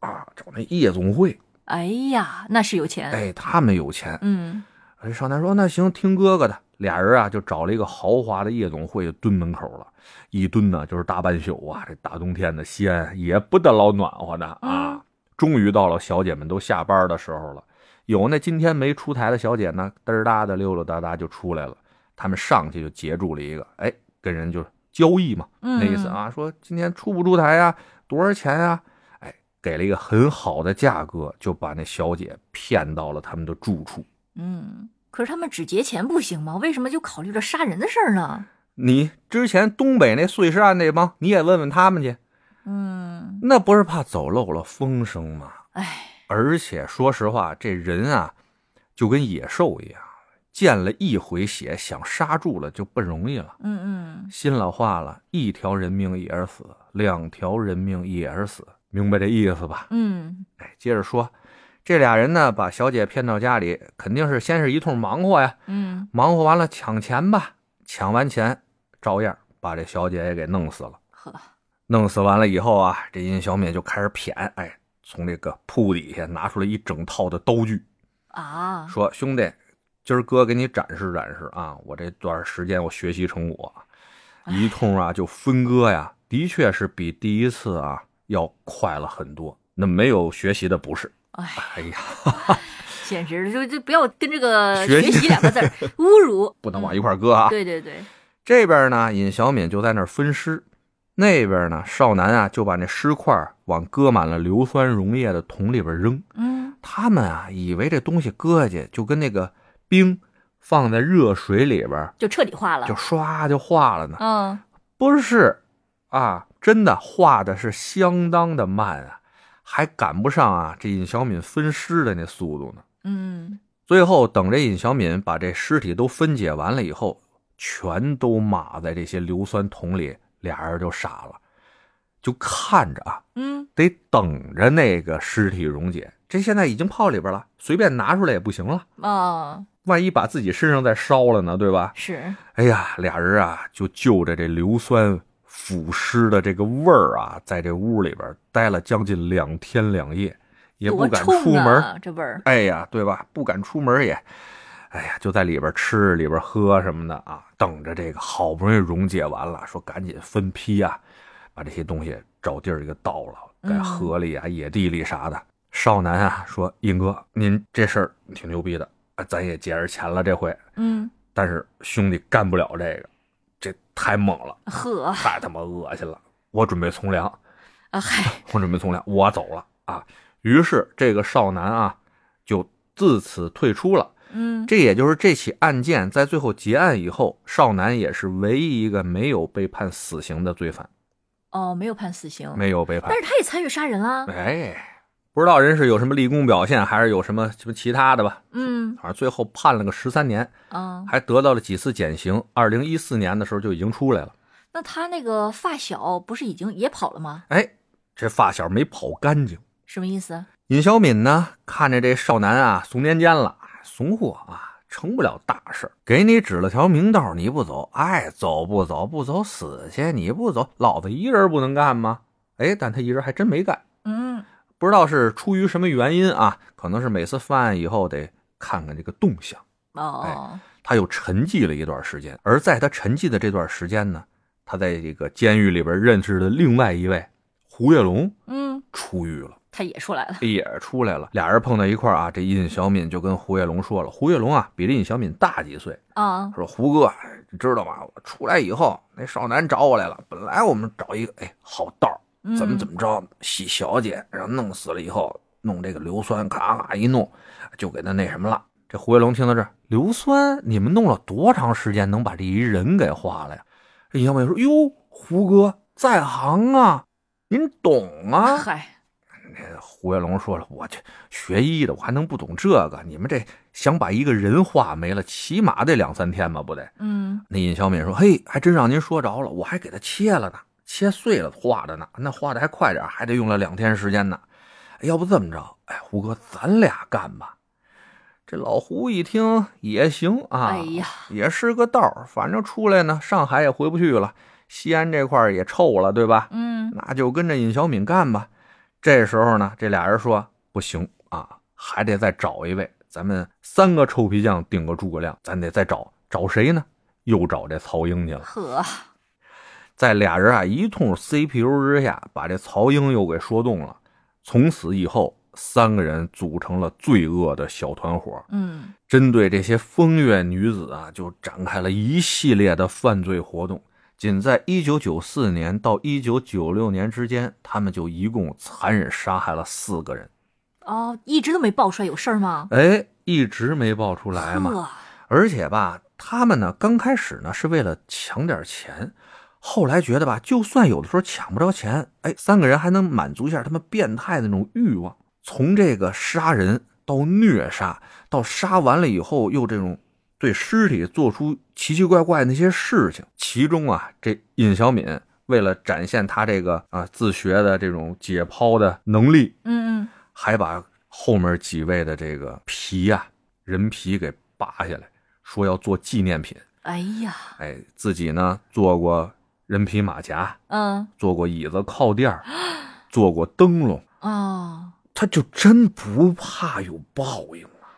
Speaker 2: 啊，找那夜总会，
Speaker 1: 哎呀，那是有钱，
Speaker 2: 哎，他们有钱。
Speaker 1: 嗯，
Speaker 2: 这少男说那行，听哥哥的。俩人啊就找了一个豪华的夜总会蹲门口了，一蹲呢就是大半宿啊，这大冬天的西安也不得老暖和的啊。
Speaker 1: 嗯
Speaker 2: 终于到了小姐们都下班的时候了，有那今天没出台的小姐呢，嘚儿哒的溜溜达达就出来了。他们上去就截住了一个，哎，跟人就交易嘛，
Speaker 1: 嗯
Speaker 2: 那意思啊，说今天出不出台啊，多少钱啊？哎，给了一个很好的价格，就把那小姐骗到了他们的住处。
Speaker 1: 嗯，可是他们只劫钱不行吗？为什么就考虑着杀人的事儿呢？
Speaker 2: 你之前东北那碎尸案那帮，你也问问他们去，
Speaker 1: 嗯，
Speaker 2: 那不是怕走漏了风声吗？
Speaker 1: 哎，
Speaker 2: 而且说实话，这人啊，就跟野兽一样，见了一回血，想刹住了就不容易了。
Speaker 1: 嗯
Speaker 2: 心老化了，一条人命也是死，两条人命也是死，明白这意思吧？
Speaker 1: 嗯嗯，
Speaker 2: 哎，接着说，这俩人呢，把小姐骗到家里，肯定是先是一通忙活呀，
Speaker 1: 嗯，
Speaker 2: 忙活完了抢钱吧，抢完钱，照样把这小姐也给弄死了。
Speaker 1: 呵，
Speaker 2: 弄死完了以后啊，这殷小敏就开始谝，哎，从这个铺底下拿出来一整套的刀具，
Speaker 1: 啊，
Speaker 2: 说兄弟，今儿哥给你展示展示啊，我这段时间我学习成果，一通啊就分割呀，的确是比第一次啊要快了很多，那没有学习的不是，
Speaker 1: 哎，
Speaker 2: 哎呀，
Speaker 1: 简直就就不要跟这个
Speaker 2: 学
Speaker 1: 学
Speaker 2: 习
Speaker 1: 习两个字儿侮辱，
Speaker 2: 不能往
Speaker 1: 嗯
Speaker 2: 一块儿搁啊。
Speaker 1: 对对对，
Speaker 2: 这边呢，尹小敏就在那儿分尸，那边呢，少男啊就把那尸块往搁满了硫酸溶液的桶里边扔。
Speaker 1: 嗯
Speaker 2: 他们啊，以为这东西搁下去就跟那个冰放在热水里边儿
Speaker 1: 就彻底化了
Speaker 2: 就，唰就化了呢，
Speaker 1: 嗯，
Speaker 2: 不是啊，真的化的是相当的慢啊，还赶不上啊这尹小敏分尸的那速度呢。
Speaker 1: 嗯，
Speaker 2: 最后等这尹小敏把这尸体都分解完了以后，全都码在这些硫酸桶里，俩人就傻了，就看着啊，
Speaker 1: 嗯，
Speaker 2: 得等着那个尸体溶解。这现在已经泡里边了，随便拿出来也不行了，
Speaker 1: 哦，
Speaker 2: 万一把自己身上再烧了呢，对吧？
Speaker 1: 是，
Speaker 2: 哎呀，俩人啊，就就着这硫酸腐尸的这个味儿啊，在这屋里边待了将近两天两夜，也不
Speaker 1: 多
Speaker 2: 敢
Speaker 1: 冲
Speaker 2: 出门。
Speaker 1: 啊，这味儿，
Speaker 2: 哎呀，对吧？不敢出门也，哎呀，就在里边吃、里边喝什么的啊，等着这个好不容易溶解完了，说赶紧分批啊，把这些东西找地儿给倒了，在
Speaker 1: 嗯
Speaker 2: 河里啊、野地里啥的。少男啊说：“印哥，您这事儿挺牛逼的，啊咱也结着钱了这回，
Speaker 1: 嗯，
Speaker 2: 但是兄弟干不了这个，这太猛了，
Speaker 1: 呵，
Speaker 2: 太他妈恶心了，我准备从良。”
Speaker 1: 啊嗨，
Speaker 2: 我准备从良，我走了啊。于是这个少男啊，就自此退出了。
Speaker 1: 嗯，
Speaker 2: 这也就是这起案件在最后结案以后，少男也是唯一一个没有被判死刑的罪犯，
Speaker 1: 哦，没有判死刑，
Speaker 2: 没有被判
Speaker 1: 但。是他也参与杀人啊啦，
Speaker 2: 哎，不知道人是有什么立功表现，还是有什么什么其他的吧。
Speaker 1: 嗯，
Speaker 2: 反正最后判了个十三年，
Speaker 1: 啊，
Speaker 2: 还得到了几次减刑。二零一四年的时候就已经出来了。
Speaker 1: 那他那个发小不是已经也跑了吗？
Speaker 2: 哎，这发小没跑干净。
Speaker 1: 什么意思？
Speaker 2: 尹小敏呢，看着这少男啊，怂年间了，怂货啊，成不了大事儿给你指了条明道，你不走，爱走不走，不走死去，你不走，老子一人不能干吗？哎，但他一人还真没干，
Speaker 1: 嗯，
Speaker 2: 不知道是出于什么原因啊，可能是每次犯案以后得看看这个动向。
Speaker 1: 哦，
Speaker 2: 他又沉寂了一段时间，而在他沉寂的这段时间呢，他在这个监狱里边认识了另外一位胡跃龙，
Speaker 1: 嗯，
Speaker 2: 出狱了。
Speaker 1: 他也出来了，
Speaker 2: 也出来了，俩人碰到一块儿啊，这尹小敏就跟胡月龙说了，胡月龙啊比这尹小敏大几岁，
Speaker 1: 啊，
Speaker 2: 说胡哥，你知道吗？我出来以后，那少男找我来了，本来我们找一个哎好道儿，
Speaker 1: 嗯
Speaker 2: 怎么怎么着，洗小姐，然后弄死了以后，弄这个硫酸，咔咔一弄，就给他那什么了。这胡月龙听到这儿，硫酸，你们弄了多长时间能把这一人给化了呀？这尹小敏说：“哟，胡哥在行啊，您懂啊。”
Speaker 1: 嗨，
Speaker 2: 胡月龙说了：“我这学医的，我还能不懂这个？你们这想把一个人化没了，起码得两三天吧，不得
Speaker 1: 嗯，？”
Speaker 2: 那尹小敏说：“嘿，还真让您说着了，我还给他切了呢，切碎了化的呢，那化的还快点，还得用了两天时间呢。要不这么着，哎，胡哥，咱俩干吧。”这老胡一听也行啊，
Speaker 1: 哎呀，
Speaker 2: 也是个道儿，反正出来呢，上海也回不去了，西安这块儿也臭了，对吧？
Speaker 1: 嗯
Speaker 2: 那就跟着尹小敏干吧。这时候呢，这俩人说不行啊，还得再找一位，咱们三个臭皮匠顶个诸葛亮，咱得再找找谁呢？又找这曹英去了。
Speaker 1: 呵，
Speaker 2: 在俩人啊一通 CPU 之下，把这曹英又给说动了。从此以后，三个人组成了罪恶的小团伙，
Speaker 1: 嗯
Speaker 2: 针对这些风月女子啊，就展开了一系列的犯罪活动。仅在1994年到1996年之间，他们就一共残忍杀害了四个人。
Speaker 1: 哦，一直都没爆出来有事儿吗？
Speaker 2: 哎，一直没爆出来嘛。
Speaker 1: 呵，
Speaker 2: 而且吧，他们呢刚开始呢是为了抢点钱，后来觉得吧，就算有的时候抢不着钱，哎，三个人还能满足一下他们变态的那种欲望。从这个杀人到虐杀，到杀完了以后又这种对尸体做出奇奇怪怪那些事情，其中啊，这尹小敏为了展现她这个啊自学的这种解剖的能力，
Speaker 1: 嗯嗯，
Speaker 2: 还把后面几位的这个皮呀、人皮给扒下来，说要做纪念品。
Speaker 1: 哎呀，
Speaker 2: 哎，自己呢做过人皮马甲，
Speaker 1: 嗯
Speaker 2: 做过椅子靠垫儿做过灯笼，
Speaker 1: 哦，
Speaker 2: 他就真不怕有报应啊！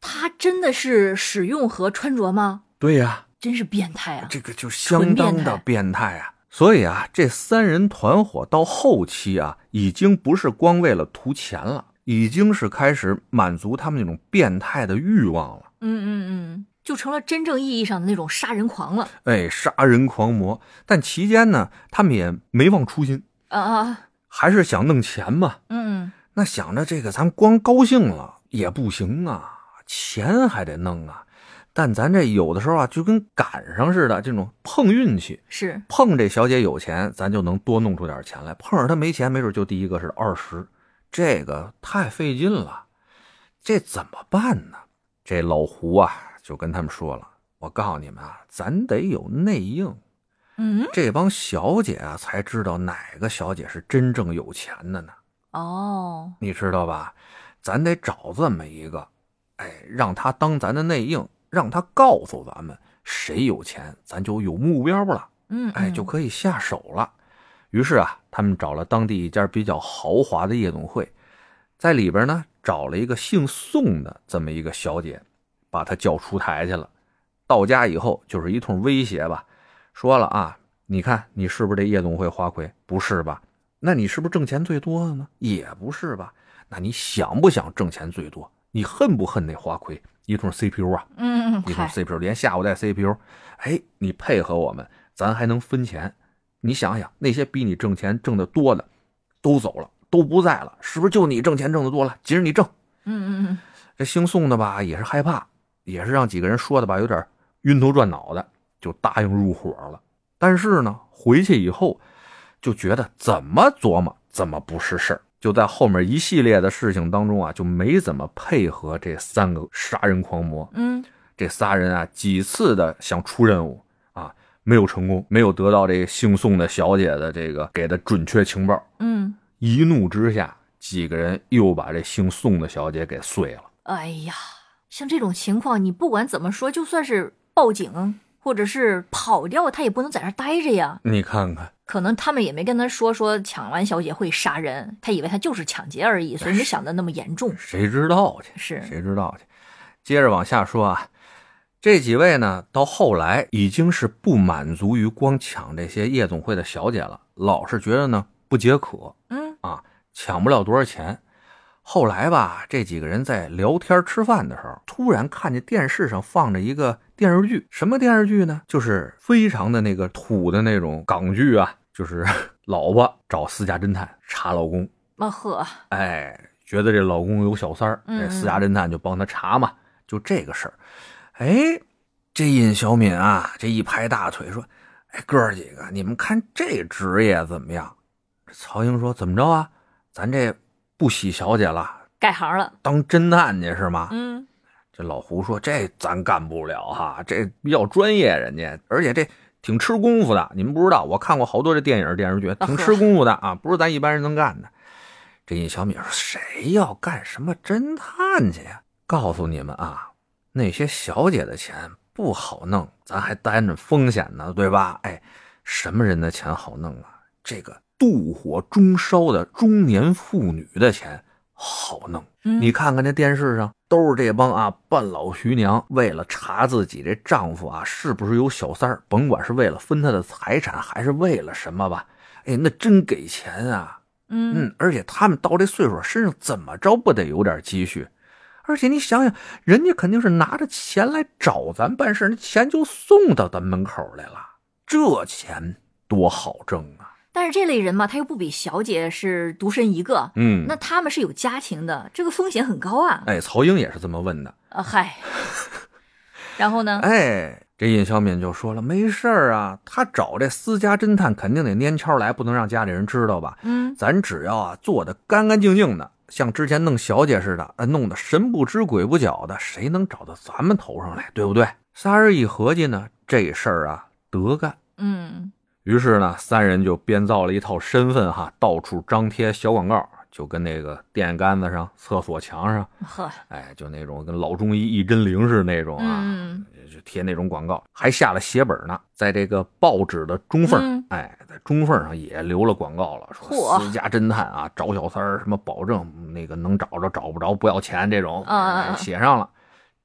Speaker 1: 他真的是使用和穿着吗？
Speaker 2: 对呀、
Speaker 1: 真是变态啊！
Speaker 2: 这个就相当的变态啊！所以啊，这三人团伙到后期啊，已经不是光为了图钱了，已经是开始满足他们那种变态的欲望了。
Speaker 1: 嗯嗯嗯，就成了真正意义上的那种杀人狂了。
Speaker 2: 哎，杀人狂魔。但期间呢，他们也没忘初心，
Speaker 1: 啊啊，
Speaker 2: 还是想弄钱嘛。
Speaker 1: 嗯
Speaker 2: 那想着这个，咱们光高兴了也不行啊，钱还得弄啊。但咱这有的时候啊，就跟赶上似的，这种碰运气，
Speaker 1: 是，
Speaker 2: 碰这小姐有钱，咱就能多弄出点钱来；碰上她没钱，没准就第一个是二十，这个太费劲了，这怎么办呢？这老胡啊，就跟他们说了，我告诉你们啊，咱得有内应。
Speaker 1: 嗯
Speaker 2: 这帮小姐啊，才知道哪个小姐是真正有钱的呢，
Speaker 1: 哦，
Speaker 2: 你知道吧？咱得找这么一个，哎，让她当咱的内应，让她告诉咱们谁有钱，咱就有目标了，
Speaker 1: 嗯，
Speaker 2: 哎，
Speaker 1: 嗯
Speaker 2: 就可以下手了。于是啊，他们找了当地一家比较豪华的夜总会，在里边呢找了一个姓宋的这么一个小姐，把她叫出台去了。到家以后就是一通威胁吧，说了啊，你看你是不是这夜总会花魁？不是吧？那你是不是挣钱最多的呢？也不是吧？那你想不想挣钱最多？你恨不恨那花魁？一通 CPU 啊，
Speaker 1: 嗯嗯，
Speaker 2: 一通
Speaker 1: 嗨，
Speaker 2: CPU，连下午带 CPU，哎，你配合我们，咱还能分钱。你想想，那些比你挣钱挣得多的，都走了，都不在了，是不是就你挣钱挣得多了？急着你挣。
Speaker 1: 嗯嗯嗯，
Speaker 2: 这姓宋的吧，也是害怕，也是让几个人说的吧，有点晕头转脑的，就答应入伙了。但是呢，回去以后就觉得怎么琢磨怎么不是事儿，就在后面一系列的事情当中啊，就没怎么配合这三个杀人狂魔。
Speaker 1: 嗯
Speaker 2: 这仨人啊几次的想出任务啊，没有成功，没有得到这姓宋的小姐的这个给的准确情报。
Speaker 1: 嗯，
Speaker 2: 一怒之下，几个人又把这姓宋的小姐给碎了。
Speaker 1: 哎呀，像这种情况，你不管怎么说，就算是报警或者是跑掉，他也不能在那儿待着呀。
Speaker 2: 你看看，
Speaker 1: 可能他们也没跟他说说抢完小姐会杀人，他以为他就是抢劫而已，所
Speaker 2: 哎
Speaker 1: 以没想的那么严重。
Speaker 2: 谁知道去？
Speaker 1: 是，
Speaker 2: 谁知道去？接着往下说啊，这几位呢，到后来已经是不满足于光抢这些夜总会的小姐了，老是觉得呢不解渴，
Speaker 1: 嗯
Speaker 2: 啊，抢不了多少钱。后来吧，这几个人在聊天吃饭的时候，突然看见电视上放着一个电视剧，什么电视剧呢？就是非常的那个土的那种港剧啊，就是 老婆找私家侦探查老公，
Speaker 1: 啊呵，
Speaker 2: 哎，觉得这老公有小三儿，
Speaker 1: 嗯
Speaker 2: 这
Speaker 1: 嗯
Speaker 2: 私家侦探就帮他查嘛，就这个事儿。哎，这尹小敏啊，这一拍大腿说：“哎，哥儿几个，你们看这职业怎么样？”曹英说：“怎么着啊？咱这不喜小姐了，
Speaker 1: 改行了。
Speaker 2: 当侦探去是吗？”
Speaker 1: 嗯
Speaker 2: 这老胡说：“这咱干不了哈，这比较专业，人家而且这挺吃功夫的。你们不知道，我看过好多这电影电视剧，挺吃功夫的啊，不是咱一般人能干的。”这尹小敏说：“谁要干什么侦探去呀？告诉你们啊，那些小姐的钱不好弄，咱还担着风险呢，对吧？哎，什么人的钱好弄啊？这个妒火中烧的中年妇女的钱好弄。
Speaker 1: 嗯
Speaker 2: 你看看那电视上都是这帮啊半老徐娘，为了查自己这丈夫啊是不是有小三儿，甭管是为了分他的财产，还是为了什么吧，哎，那真给钱啊！
Speaker 1: 嗯
Speaker 2: 嗯，而且他们到这岁数，身上怎么着不得有点积蓄？而且你想想，人家肯定是拿着钱来找咱办事，那钱就送到咱门口来了，这钱多好挣啊！
Speaker 1: 但是这类人嘛，他又不比小姐是独身一个，
Speaker 2: 嗯
Speaker 1: 那他们是有家庭的，这个风险很高啊。
Speaker 2: 哎，曹英也是这么问的。
Speaker 1: 啊 嗨，然后呢？
Speaker 2: 哎，这尹小敏就说了，没事儿啊，他找这私家侦探肯定得蔫悄来，不能让家里人知道吧？
Speaker 1: 嗯
Speaker 2: 咱只要啊做的干干净净的，像之前弄小姐似的，呃弄得神不知鬼不觉的，谁能找到咱们头上来，对不对？仨人一合计呢，这事儿啊得干。
Speaker 1: 嗯
Speaker 2: 于是呢，三人就编造了一套身份哈，到处张贴小广告，就跟那个电线杆子上、厕所墙上，
Speaker 1: 呵
Speaker 2: 哎，就那种跟老中医一针灵似的那种啊，
Speaker 1: 嗯
Speaker 2: 就贴那种广告，还下了血本呢，在这个报纸的中缝，
Speaker 1: 嗯
Speaker 2: 哎，在中缝上也留了广告了，说
Speaker 1: 嚯
Speaker 2: 私家侦探啊，找小三儿，什么保证那个能找着，找不着不要钱这种，
Speaker 1: 啊啊啊
Speaker 2: 哎写上了，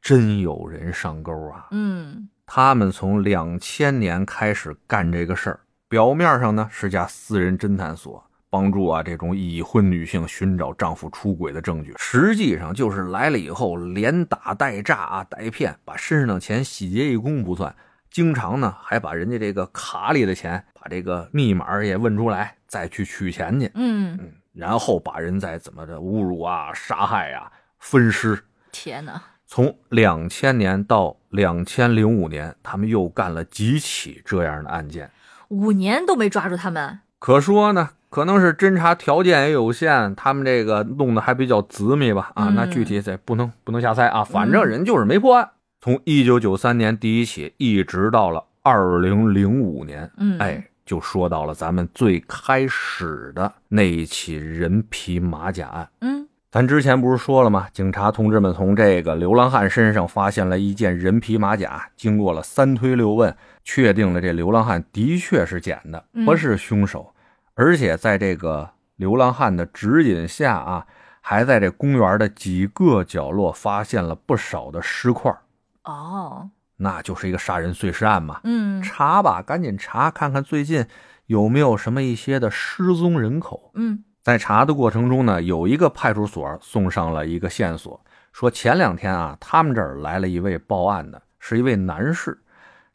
Speaker 2: 真有人上钩啊！
Speaker 1: 嗯
Speaker 2: 他们从两千年开始干这个事儿，表面上呢是家私人侦探所，帮助啊这种已婚女性寻找丈夫出轨的证据，实际上就是来了以后连打带诈啊带骗，把身上的钱洗劫一空不算，经常呢还把人家这个卡里的钱，把这个密码也问出来，再去取钱去，
Speaker 1: 嗯，
Speaker 2: 嗯，然后把人再怎么着侮辱啊、杀害啊、分尸，
Speaker 1: 天哪！
Speaker 2: 从两千年到两千零五年，他们又干了几起这样的案件。
Speaker 1: 五年都没抓住他们，
Speaker 2: 可说呢，可能是侦查条件也有限，他们这个弄得还比较缜密吧。啊，
Speaker 1: 嗯
Speaker 2: 那具体这不能不能瞎猜啊，反正人就是没破案。从一九九三年第一起，一直到了二零零五年，
Speaker 1: 嗯
Speaker 2: 哎，就说到了咱们最开始的那一起人皮马甲案。
Speaker 1: 嗯
Speaker 2: 咱之前不是说了吗？警察同志们从这个流浪汉身上发现了一件人皮马甲，经过了三推六问，确定了这流浪汉的确是捡的，
Speaker 1: 嗯
Speaker 2: 不是凶手。而且在这个流浪汉的指引下啊，还在这公园的几个角落发现了不少的尸块，
Speaker 1: 哦
Speaker 2: 那就是一个杀人碎尸案嘛。
Speaker 1: 嗯
Speaker 2: 查吧，赶紧查，看看最近有没有什么一些的失踪人口。
Speaker 1: 嗯
Speaker 2: 在查的过程中呢，有一个派出所送上了一个线索，说前两天啊，他们这儿来了一位报案的，是一位男士，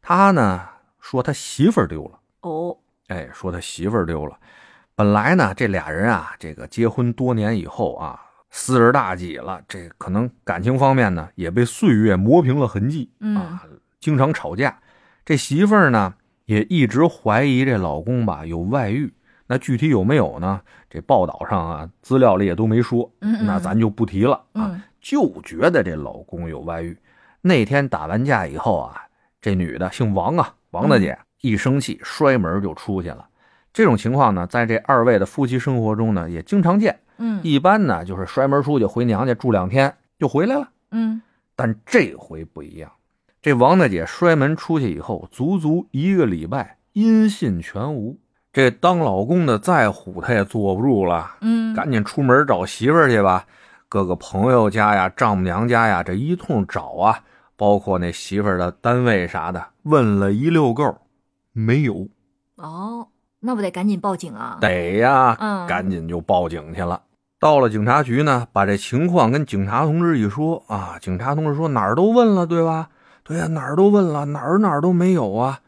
Speaker 2: 他呢说他媳妇儿丢了，
Speaker 1: 哦
Speaker 2: 哎，说他媳妇儿丢了。本来呢，这俩人啊，这个结婚多年以后啊，四十大几了，这可能感情方面呢也被岁月磨平了痕迹，
Speaker 1: 嗯
Speaker 2: 啊，经常吵架。这媳妇儿呢，也一直怀疑这老公吧有外遇。那具体有没有呢？这报道上啊，资料里也都没说，
Speaker 1: 嗯嗯
Speaker 2: 那咱就不提了啊。
Speaker 1: 嗯
Speaker 2: 就觉得这老公有外遇。那天打完架以后啊，这女的姓王啊，王大
Speaker 1: 嗯
Speaker 2: 姐、一生气摔门就出去了。这种情况呢，在这二位的夫妻生活中呢，也经常见。
Speaker 1: 嗯
Speaker 2: 一般呢，就是摔门出去回娘家住两天就回来了。
Speaker 1: 嗯
Speaker 2: 但这回不一样，这王大姐摔门出去以后，足足一个礼拜音信全无。这当老公的再虎，她也坐不住了，
Speaker 1: 嗯，
Speaker 2: 赶紧出门找媳妇儿去吧。各个朋友家呀、丈母娘家呀，这一通找啊，包括那媳妇儿的单位啥的，问了一溜够，没有。
Speaker 1: 哦，那不得赶紧报警啊？
Speaker 2: 得呀，
Speaker 1: 嗯
Speaker 2: 赶紧就报警去了。到了警察局呢，把这情况跟警察同志一说啊，警察同志说哪儿都问了，对吧？对呀、哪儿都问了，哪儿哪儿都没有啊。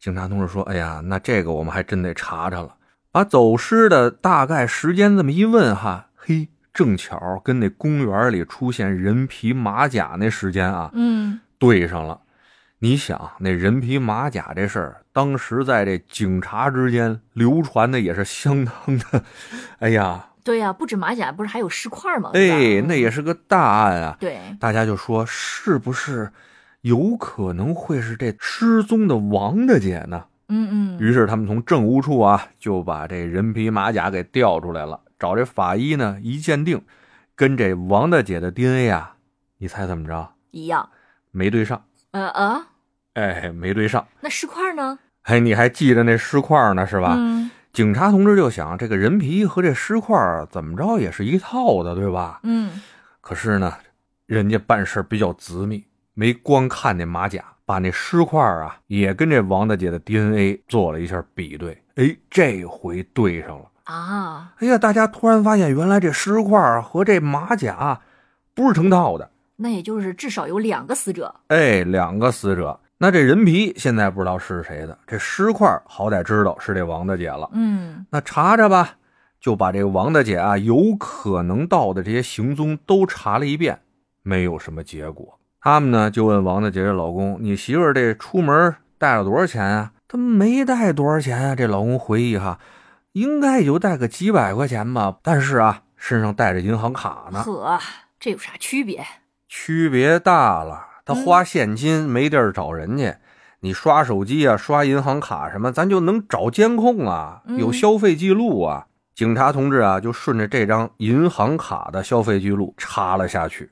Speaker 2: 警察同志说：“哎呀，那这个我们还真得查查了。”把走失的大概时间这么一问哈，嘿，正巧跟那公园里出现人皮马甲那时间啊，
Speaker 1: 嗯
Speaker 2: 对上了。你想，那人皮马甲这事儿，当时在这警察之间流传的也是相当的，哎呀，
Speaker 1: 对呀、不止马甲，不是还有尸块吗？对
Speaker 2: 哎，
Speaker 1: 吧
Speaker 2: 那也是个大案啊！
Speaker 1: 对，
Speaker 2: 大家就说，是不是有可能会是这失踪的王大姐呢？
Speaker 1: 嗯嗯
Speaker 2: 于是他们从政务处啊，就把这人皮马甲给调出来了，找这法医呢一鉴定，跟这王大姐的 DNA 啊，你猜怎么着？
Speaker 1: 一样。
Speaker 2: 没对上，
Speaker 1: 呃呃，
Speaker 2: 哎，没对上。
Speaker 1: 那尸块呢？
Speaker 2: 哎，你还记着那尸块呢是吧？
Speaker 1: 嗯
Speaker 2: 警察同志就想，这个人皮和这尸块儿怎么着也是一套的，对吧？
Speaker 1: 嗯
Speaker 2: 可是呢，人家办事比较缜密，没光看那马甲，把那尸块啊也跟这王大姐的 DNA 做了一下比对。哎，这回对上了。
Speaker 1: 啊，
Speaker 2: 哎呀，大家突然发现，原来这尸块和这马甲不是成套的。
Speaker 1: 那也就是至少有两个死者。
Speaker 2: 哎，两个死者。那这人皮现在不知道是谁的，这尸块好歹知道是这王大姐了。
Speaker 1: 嗯
Speaker 2: 那查查吧，就把这个王大姐啊有可能到的这些行踪都查了一遍，没有什么结果。他们呢就问王大姐这老公：“你媳妇儿这出门带了多少钱啊？”她没带多少钱啊。这老公回忆哈，应该也就带个几百块钱吧，但是啊，身上带着银行卡呢，
Speaker 1: 呵，这有啥区别？
Speaker 2: 区别大了。他
Speaker 1: 嗯
Speaker 2: 花现金没地儿找人去。你刷手机啊，刷银行卡什么，咱就能找监控啊，
Speaker 1: 嗯
Speaker 2: 有消费记录啊。警察同志啊，就顺着这张银行卡的消费记录查了下去，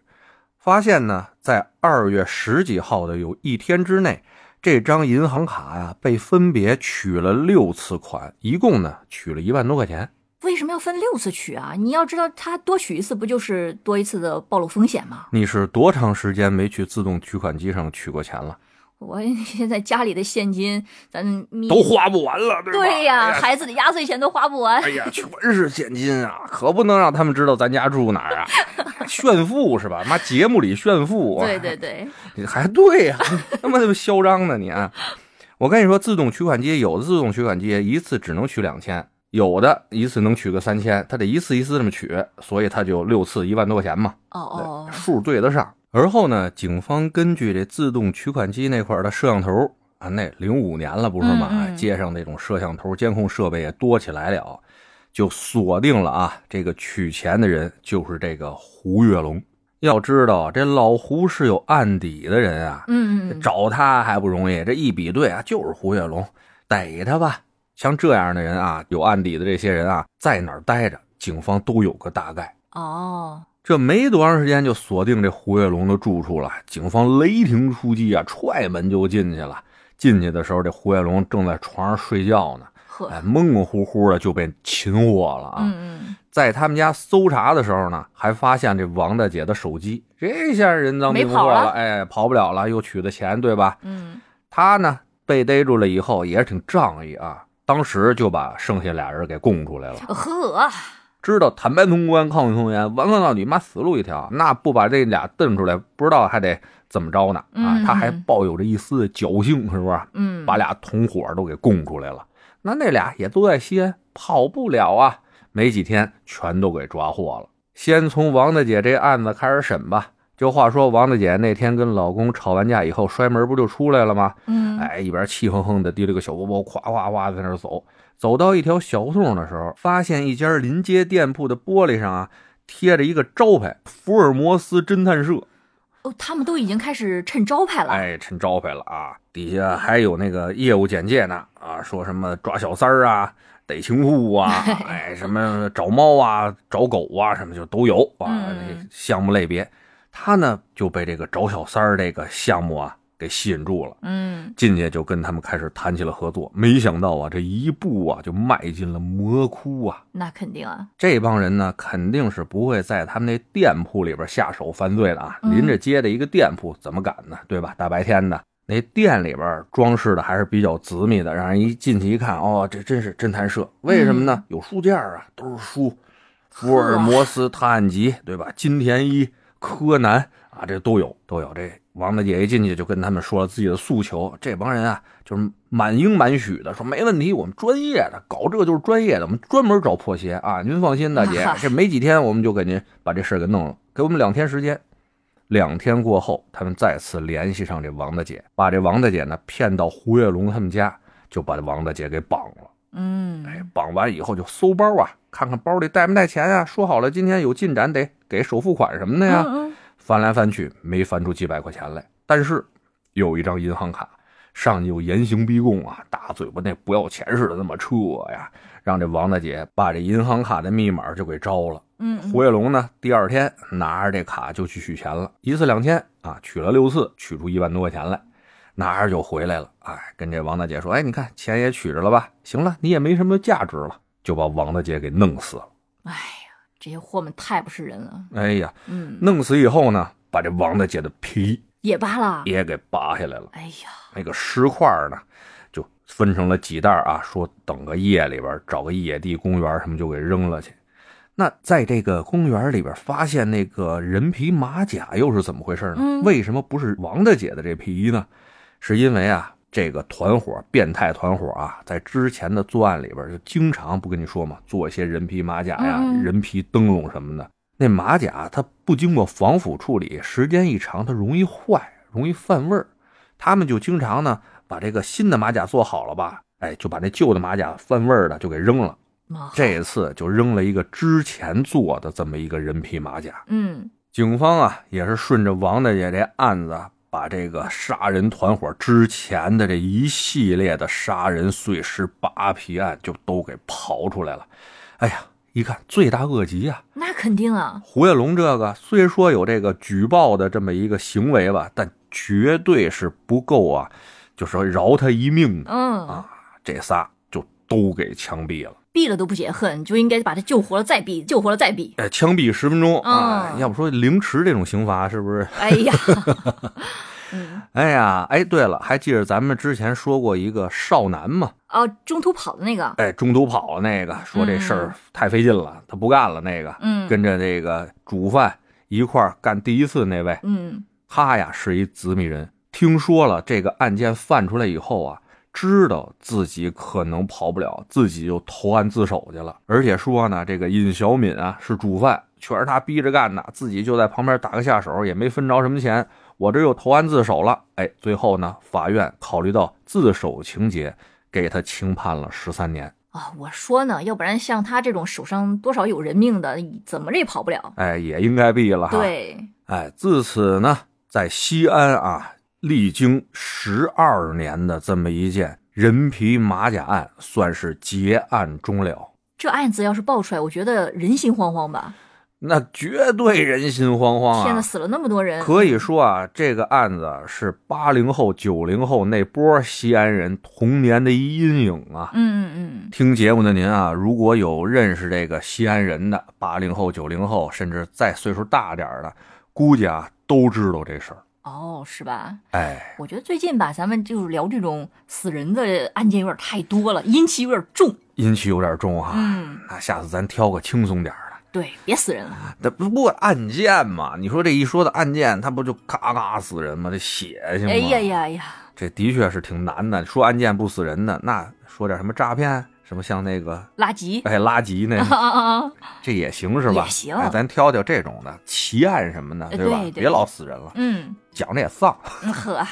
Speaker 2: 发现呢，在二月十几号的有一天之内，这张银行卡呀、被分别取了六次款，一共呢取了一万多块钱。
Speaker 1: 为什么要分六次取啊？你要知道，他多取一次不就是多一次的暴露风险吗？
Speaker 2: 你是多长时间没去自动取款机上取过钱了？
Speaker 1: 我 现在家里的现金，咱咪
Speaker 2: 都花不完了，对吧？
Speaker 1: 对呀、
Speaker 2: 哎
Speaker 1: 孩子的压岁钱都花不完。
Speaker 2: 哎呀，全是现金啊，可不能让他们知道咱家住哪儿啊！炫富是吧？妈，节目里炫富，
Speaker 1: 对对对，
Speaker 2: 对，还对呀、他妈的嚣张呢你啊！我跟你说，自动取款机有的自动取款机一次只能取两千，有的一次能取个三千，他得一次一次这么取，所以他就六次一万多块钱嘛，
Speaker 1: 哦
Speaker 2: 对
Speaker 1: 哦，
Speaker 2: 数对得上。而后呢，警方根据这自动取款机那块儿的摄像头啊，那零五年了不是嘛，
Speaker 1: 嗯嗯
Speaker 2: 街上那种摄像头监控设备也多起来了，就锁定了啊，这个取钱的人就是这个胡跃龙。要知道，这老胡是有案底的人啊，
Speaker 1: 嗯嗯，
Speaker 2: 找他还不容易，这一比对啊，就是胡跃龙，逮他吧。像这样的人啊，有案底的这些人啊，在哪儿待着，警方都有个大概。
Speaker 1: 哦，
Speaker 2: 这没多长时间就锁定这胡跃龙的住处了，警方雷霆出击啊，踹门就进去了。进去的时候，这胡跃龙正在床上睡觉呢，
Speaker 1: 呵，
Speaker 2: 哎，蒙蒙乎乎的就被擒获了啊。
Speaker 1: 嗯嗯，
Speaker 2: 在他们家搜查的时候呢，还发现这王大姐的手机，这下人赃并
Speaker 1: 没
Speaker 2: 获
Speaker 1: 跑了
Speaker 2: 哎，跑不了了，又取的钱，对吧？
Speaker 1: 嗯，
Speaker 2: 他呢被逮住了以后也是挺仗义啊，当时就把剩下俩人给供出来了。
Speaker 1: 呵，
Speaker 2: 知道坦白从宽，抗拒从严，顽抗到底，妈死路一条。那不把这俩瞪出来，不知道还得怎么着呢？啊，
Speaker 1: 嗯
Speaker 2: 他还抱有着一丝的侥幸，是不是？
Speaker 1: 嗯，
Speaker 2: 把俩同伙都给供出来了。那那俩也都在西安，跑不了啊。没几天，全都给抓获了。先从王大姐这案子开始审吧。就话说，王大姐那天跟老公吵完架以后，摔门不就出来了吗？
Speaker 1: 嗯，
Speaker 2: 哎，一边气哼哼的提了个小包包，咵咵咵在那儿走。走到一条小巷的时候，发现一家临街店铺的玻璃上啊，贴着一个招牌“福尔摩斯侦探社
Speaker 1: 哦，他们都已经开始趁招牌”。了。
Speaker 2: 哎，趁招牌了啊！底下还有那个业务简介呢啊，说什么抓小三儿啊、逮情 妇啊，哎，什么找猫啊、找狗啊，什么就都有啊。
Speaker 1: 嗯
Speaker 2: 这项目类别，他呢就被这个找小三儿这个项目啊给吸引住了。
Speaker 1: 嗯，
Speaker 2: 进去就跟他们开始谈起了合作。没想到啊，这一步啊就迈进了魔窟啊！
Speaker 1: 那肯定啊。
Speaker 2: 这帮人呢，肯定是不会在他们那店铺里边下手犯罪的啊！
Speaker 1: 嗯
Speaker 2: 临着街的一个店铺，怎么敢呢？对吧？大白天的，那店里边装饰的还是比较缜密的，让人一进去一看，哦，这真是侦探社。为什么呢？有书架啊，都是书，福尔摩斯探案集，对吧？金田一、柯南啊，这都有都有。这王大姐一进去就跟他们说了自己的诉求，这帮人啊就是满应满许的说没问题，我们专业的搞这个就是专业的，我们专门找破鞋啊，您放心，大姐，这没几天我们就给您把这事儿给弄了，给我们两天时间。两天过后，他们再次联系上这王大姐，把这王大姐呢骗到胡月龙他们家，就把这王大姐给绑了。
Speaker 1: 嗯，
Speaker 2: 哎绑完以后就搜包啊，看看包里带没带钱啊。说好了今天有进展得给首付款什么的呀。
Speaker 1: 嗯嗯
Speaker 2: 翻来翻去没翻出几百块钱来，但是有一张银行卡，上去就严刑逼供啊，大嘴巴那不要钱似的那么撤呀，让这王大姐把这银行卡的密码就给招了。
Speaker 1: 嗯嗯，
Speaker 2: 胡跃龙呢，第二天拿着这卡就去取钱了，一次两千啊，取了六次，取出一万多块钱来。娜儿就回来了，哎，跟这王大姐说：“哎，你看钱也取着了吧？行了，你也没什么价值了。”就把王大姐给弄死了。
Speaker 1: 哎呀，这些货们太不是人了。
Speaker 2: 哎呀，
Speaker 1: 嗯，
Speaker 2: 弄死以后呢，把这王大姐的皮
Speaker 1: 也罢了。
Speaker 2: 也给扒下来了，
Speaker 1: 哎呀，
Speaker 2: 那个尸块呢，就分成了几袋儿啊，说等个夜里边儿找个野地公园儿什么就给扔了去。那在这个公园里边发现那个人皮马甲又是怎么回事呢？
Speaker 1: 嗯
Speaker 2: 为什么不是王大姐的这皮呢？是因为啊，这个团伙变态团伙啊，在之前的作案里边就经常不跟你说嘛，做一些人皮马甲呀、
Speaker 1: 嗯嗯
Speaker 2: 人皮灯笼什么的。那马甲它不经过防腐处理，时间一长它容易坏，容易泛味儿。他们就经常呢把这个新的马甲做好了吧，哎，就把那旧的马甲泛味儿的就给扔了。
Speaker 1: 妈
Speaker 2: 这次就扔了一个之前做的这么一个人皮马甲。
Speaker 1: 嗯，
Speaker 2: 警方啊，也是顺着王大姐这案子啊，把这个杀人团伙之前的这一系列的杀人碎尸扒皮案就都给刨出来了。哎呀，一看罪大恶极呀、
Speaker 1: 那肯定啊。
Speaker 2: 胡跃龙这个虽说有这个举报的这么一个行为吧，但绝对是不够啊，就说饶他一命的。
Speaker 1: 嗯
Speaker 2: 啊，这仨就都给枪毙了。
Speaker 1: 毙了都不解恨，就应该把他救活了再毙，救活了再毙。
Speaker 2: 哎，枪毙十分钟啊！
Speaker 1: 嗯
Speaker 2: 要不说凌迟这种刑罚是不是？
Speaker 1: 哎 呀，嗯，
Speaker 2: 哎呀，哎，对了，还记得咱们之前说过一个少男吗？
Speaker 1: 啊，中途跑的那个，
Speaker 2: 哎，中途跑了那个，说这事儿太费劲了，他不干了。那个
Speaker 1: 嗯，
Speaker 2: 跟着这个主犯一块儿干第一次那位，
Speaker 1: 嗯，
Speaker 2: 他呀是一紫米人，听说了这个案件犯出来以后啊，知道自己可能跑不了，自己就投案自首去了。而且说呢，这个尹小敏啊是主犯，全是他逼着干的，自己就在旁边打个下手，也没分着什么钱。我这又投案自首了，哎，最后呢，法院考虑到自首情节，给他轻判了十三年。
Speaker 1: 啊，我说呢，要不然像他这种手上多少有人命的，怎么着也跑不了。
Speaker 2: 哎，也应该毙了哈。
Speaker 1: 对，
Speaker 2: 哎，自此呢，在西安啊，历经十二年的这么一件人皮马甲案，算是结案终了。
Speaker 1: 这案子要是爆出来，我觉得人心惶惶吧。
Speaker 2: 那绝对人心惶惶
Speaker 1: 天呐，
Speaker 2: 啊！
Speaker 1: 死了那么多人，
Speaker 2: 可以说啊，这个案子是八零后、九零后那波西安人童年的一阴影啊。
Speaker 1: 嗯嗯
Speaker 2: 听节目的您啊，如果有认识这个西安人的八零后、九零后，甚至再岁数大点儿的，估计啊都知道这事儿。
Speaker 1: 嗯，哦，是吧？
Speaker 2: 哎，
Speaker 1: 我觉得最近吧，咱们就是聊这种死人的案件有点太多了，阴气有点重。
Speaker 2: 阴气有点重哈、
Speaker 1: 嗯，
Speaker 2: 那下次咱挑个轻松点儿的。
Speaker 1: 对，别死人了。
Speaker 2: 这不过案件嘛，你说这一说的案件，他不就咔咔死人吗？这血腥吗？
Speaker 1: 哎呀，呀呀，
Speaker 2: 这的确是挺难的。说案件不死人的，那说点什么诈骗，什么像那个
Speaker 1: 垃圾
Speaker 2: 哎拉吉那
Speaker 1: 啊
Speaker 2: 个，
Speaker 1: 啊啊啊！
Speaker 2: 这也行是吧？
Speaker 1: 也行
Speaker 2: 哎咱挑挑这种的奇案什么的，
Speaker 1: 哎
Speaker 2: 吧？
Speaker 1: 对对
Speaker 2: 别老死人了，
Speaker 1: 嗯，
Speaker 2: 讲着也丧。
Speaker 1: 嗯呵，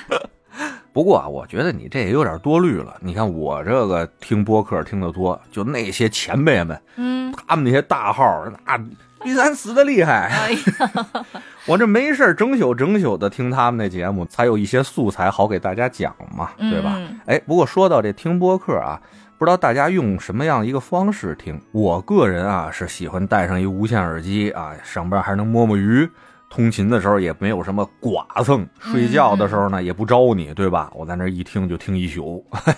Speaker 2: 不过啊，我觉得你这也有点多虑了。你看我这个听播客听得多，就那些前辈们，
Speaker 1: 嗯，
Speaker 2: 他们那些大号，那比咱死的厉害。
Speaker 1: 哎呀，
Speaker 2: 我这没事儿整宿整宿的听他们那节目，才有一些素材好给大家讲嘛，
Speaker 1: 嗯
Speaker 2: 对吧？？哎，不过说到这听播客啊，不知道大家用什么样一个方式听？我个人啊是喜欢戴上一无线耳机啊，上班还能摸摸鱼，通勤的时候也没有什么剐蹭，睡觉的时候呢也不招你，对吧？我在那儿一听就听一宿。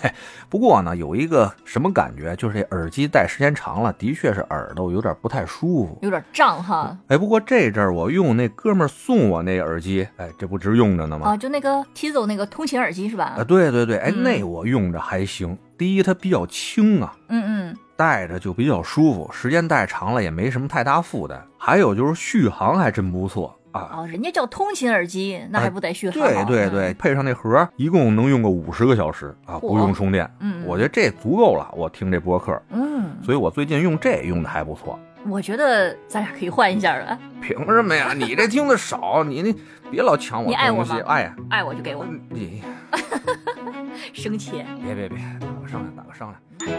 Speaker 2: 不过呢，有一个什么感觉，就是这耳机戴时间长了，的确是耳朵有点不太舒服。
Speaker 1: 有点胀哈
Speaker 2: 哎，不过这阵儿我用那哥们儿送我那耳机，哎，这不直用着呢吗？
Speaker 1: 啊，就那个 Tizo 那个通勤耳机是吧
Speaker 2: 啊，？对对对，哎，
Speaker 1: 嗯
Speaker 2: 那我用着还行。第一，它比较轻啊，
Speaker 1: 嗯嗯，
Speaker 2: 戴着就比较舒服，时间戴长了也没什么太大负担。还有就是续航还真不错啊。
Speaker 1: 哦，人家叫通勤耳机，那还不得续航
Speaker 2: 呃对
Speaker 1: 好？
Speaker 2: 对
Speaker 1: 嗯
Speaker 2: 对，，配上那盒儿，一共能用个五十个小时啊，不
Speaker 1: 嚯
Speaker 2: 用充电。
Speaker 1: 嗯，
Speaker 2: 我觉得这足够了，我听这播客，
Speaker 1: 嗯，
Speaker 2: 所以我最近用这用的还不错。
Speaker 1: 我觉得咱俩可以换一下了，
Speaker 2: 凭什么呀？你这听的少，你你别老抢我
Speaker 1: 你爱我
Speaker 2: 东西，
Speaker 1: 吗
Speaker 2: 爱呀、
Speaker 1: 爱我就给我，
Speaker 2: 你
Speaker 1: 生气。
Speaker 2: 别别别，打个商量，打个商量。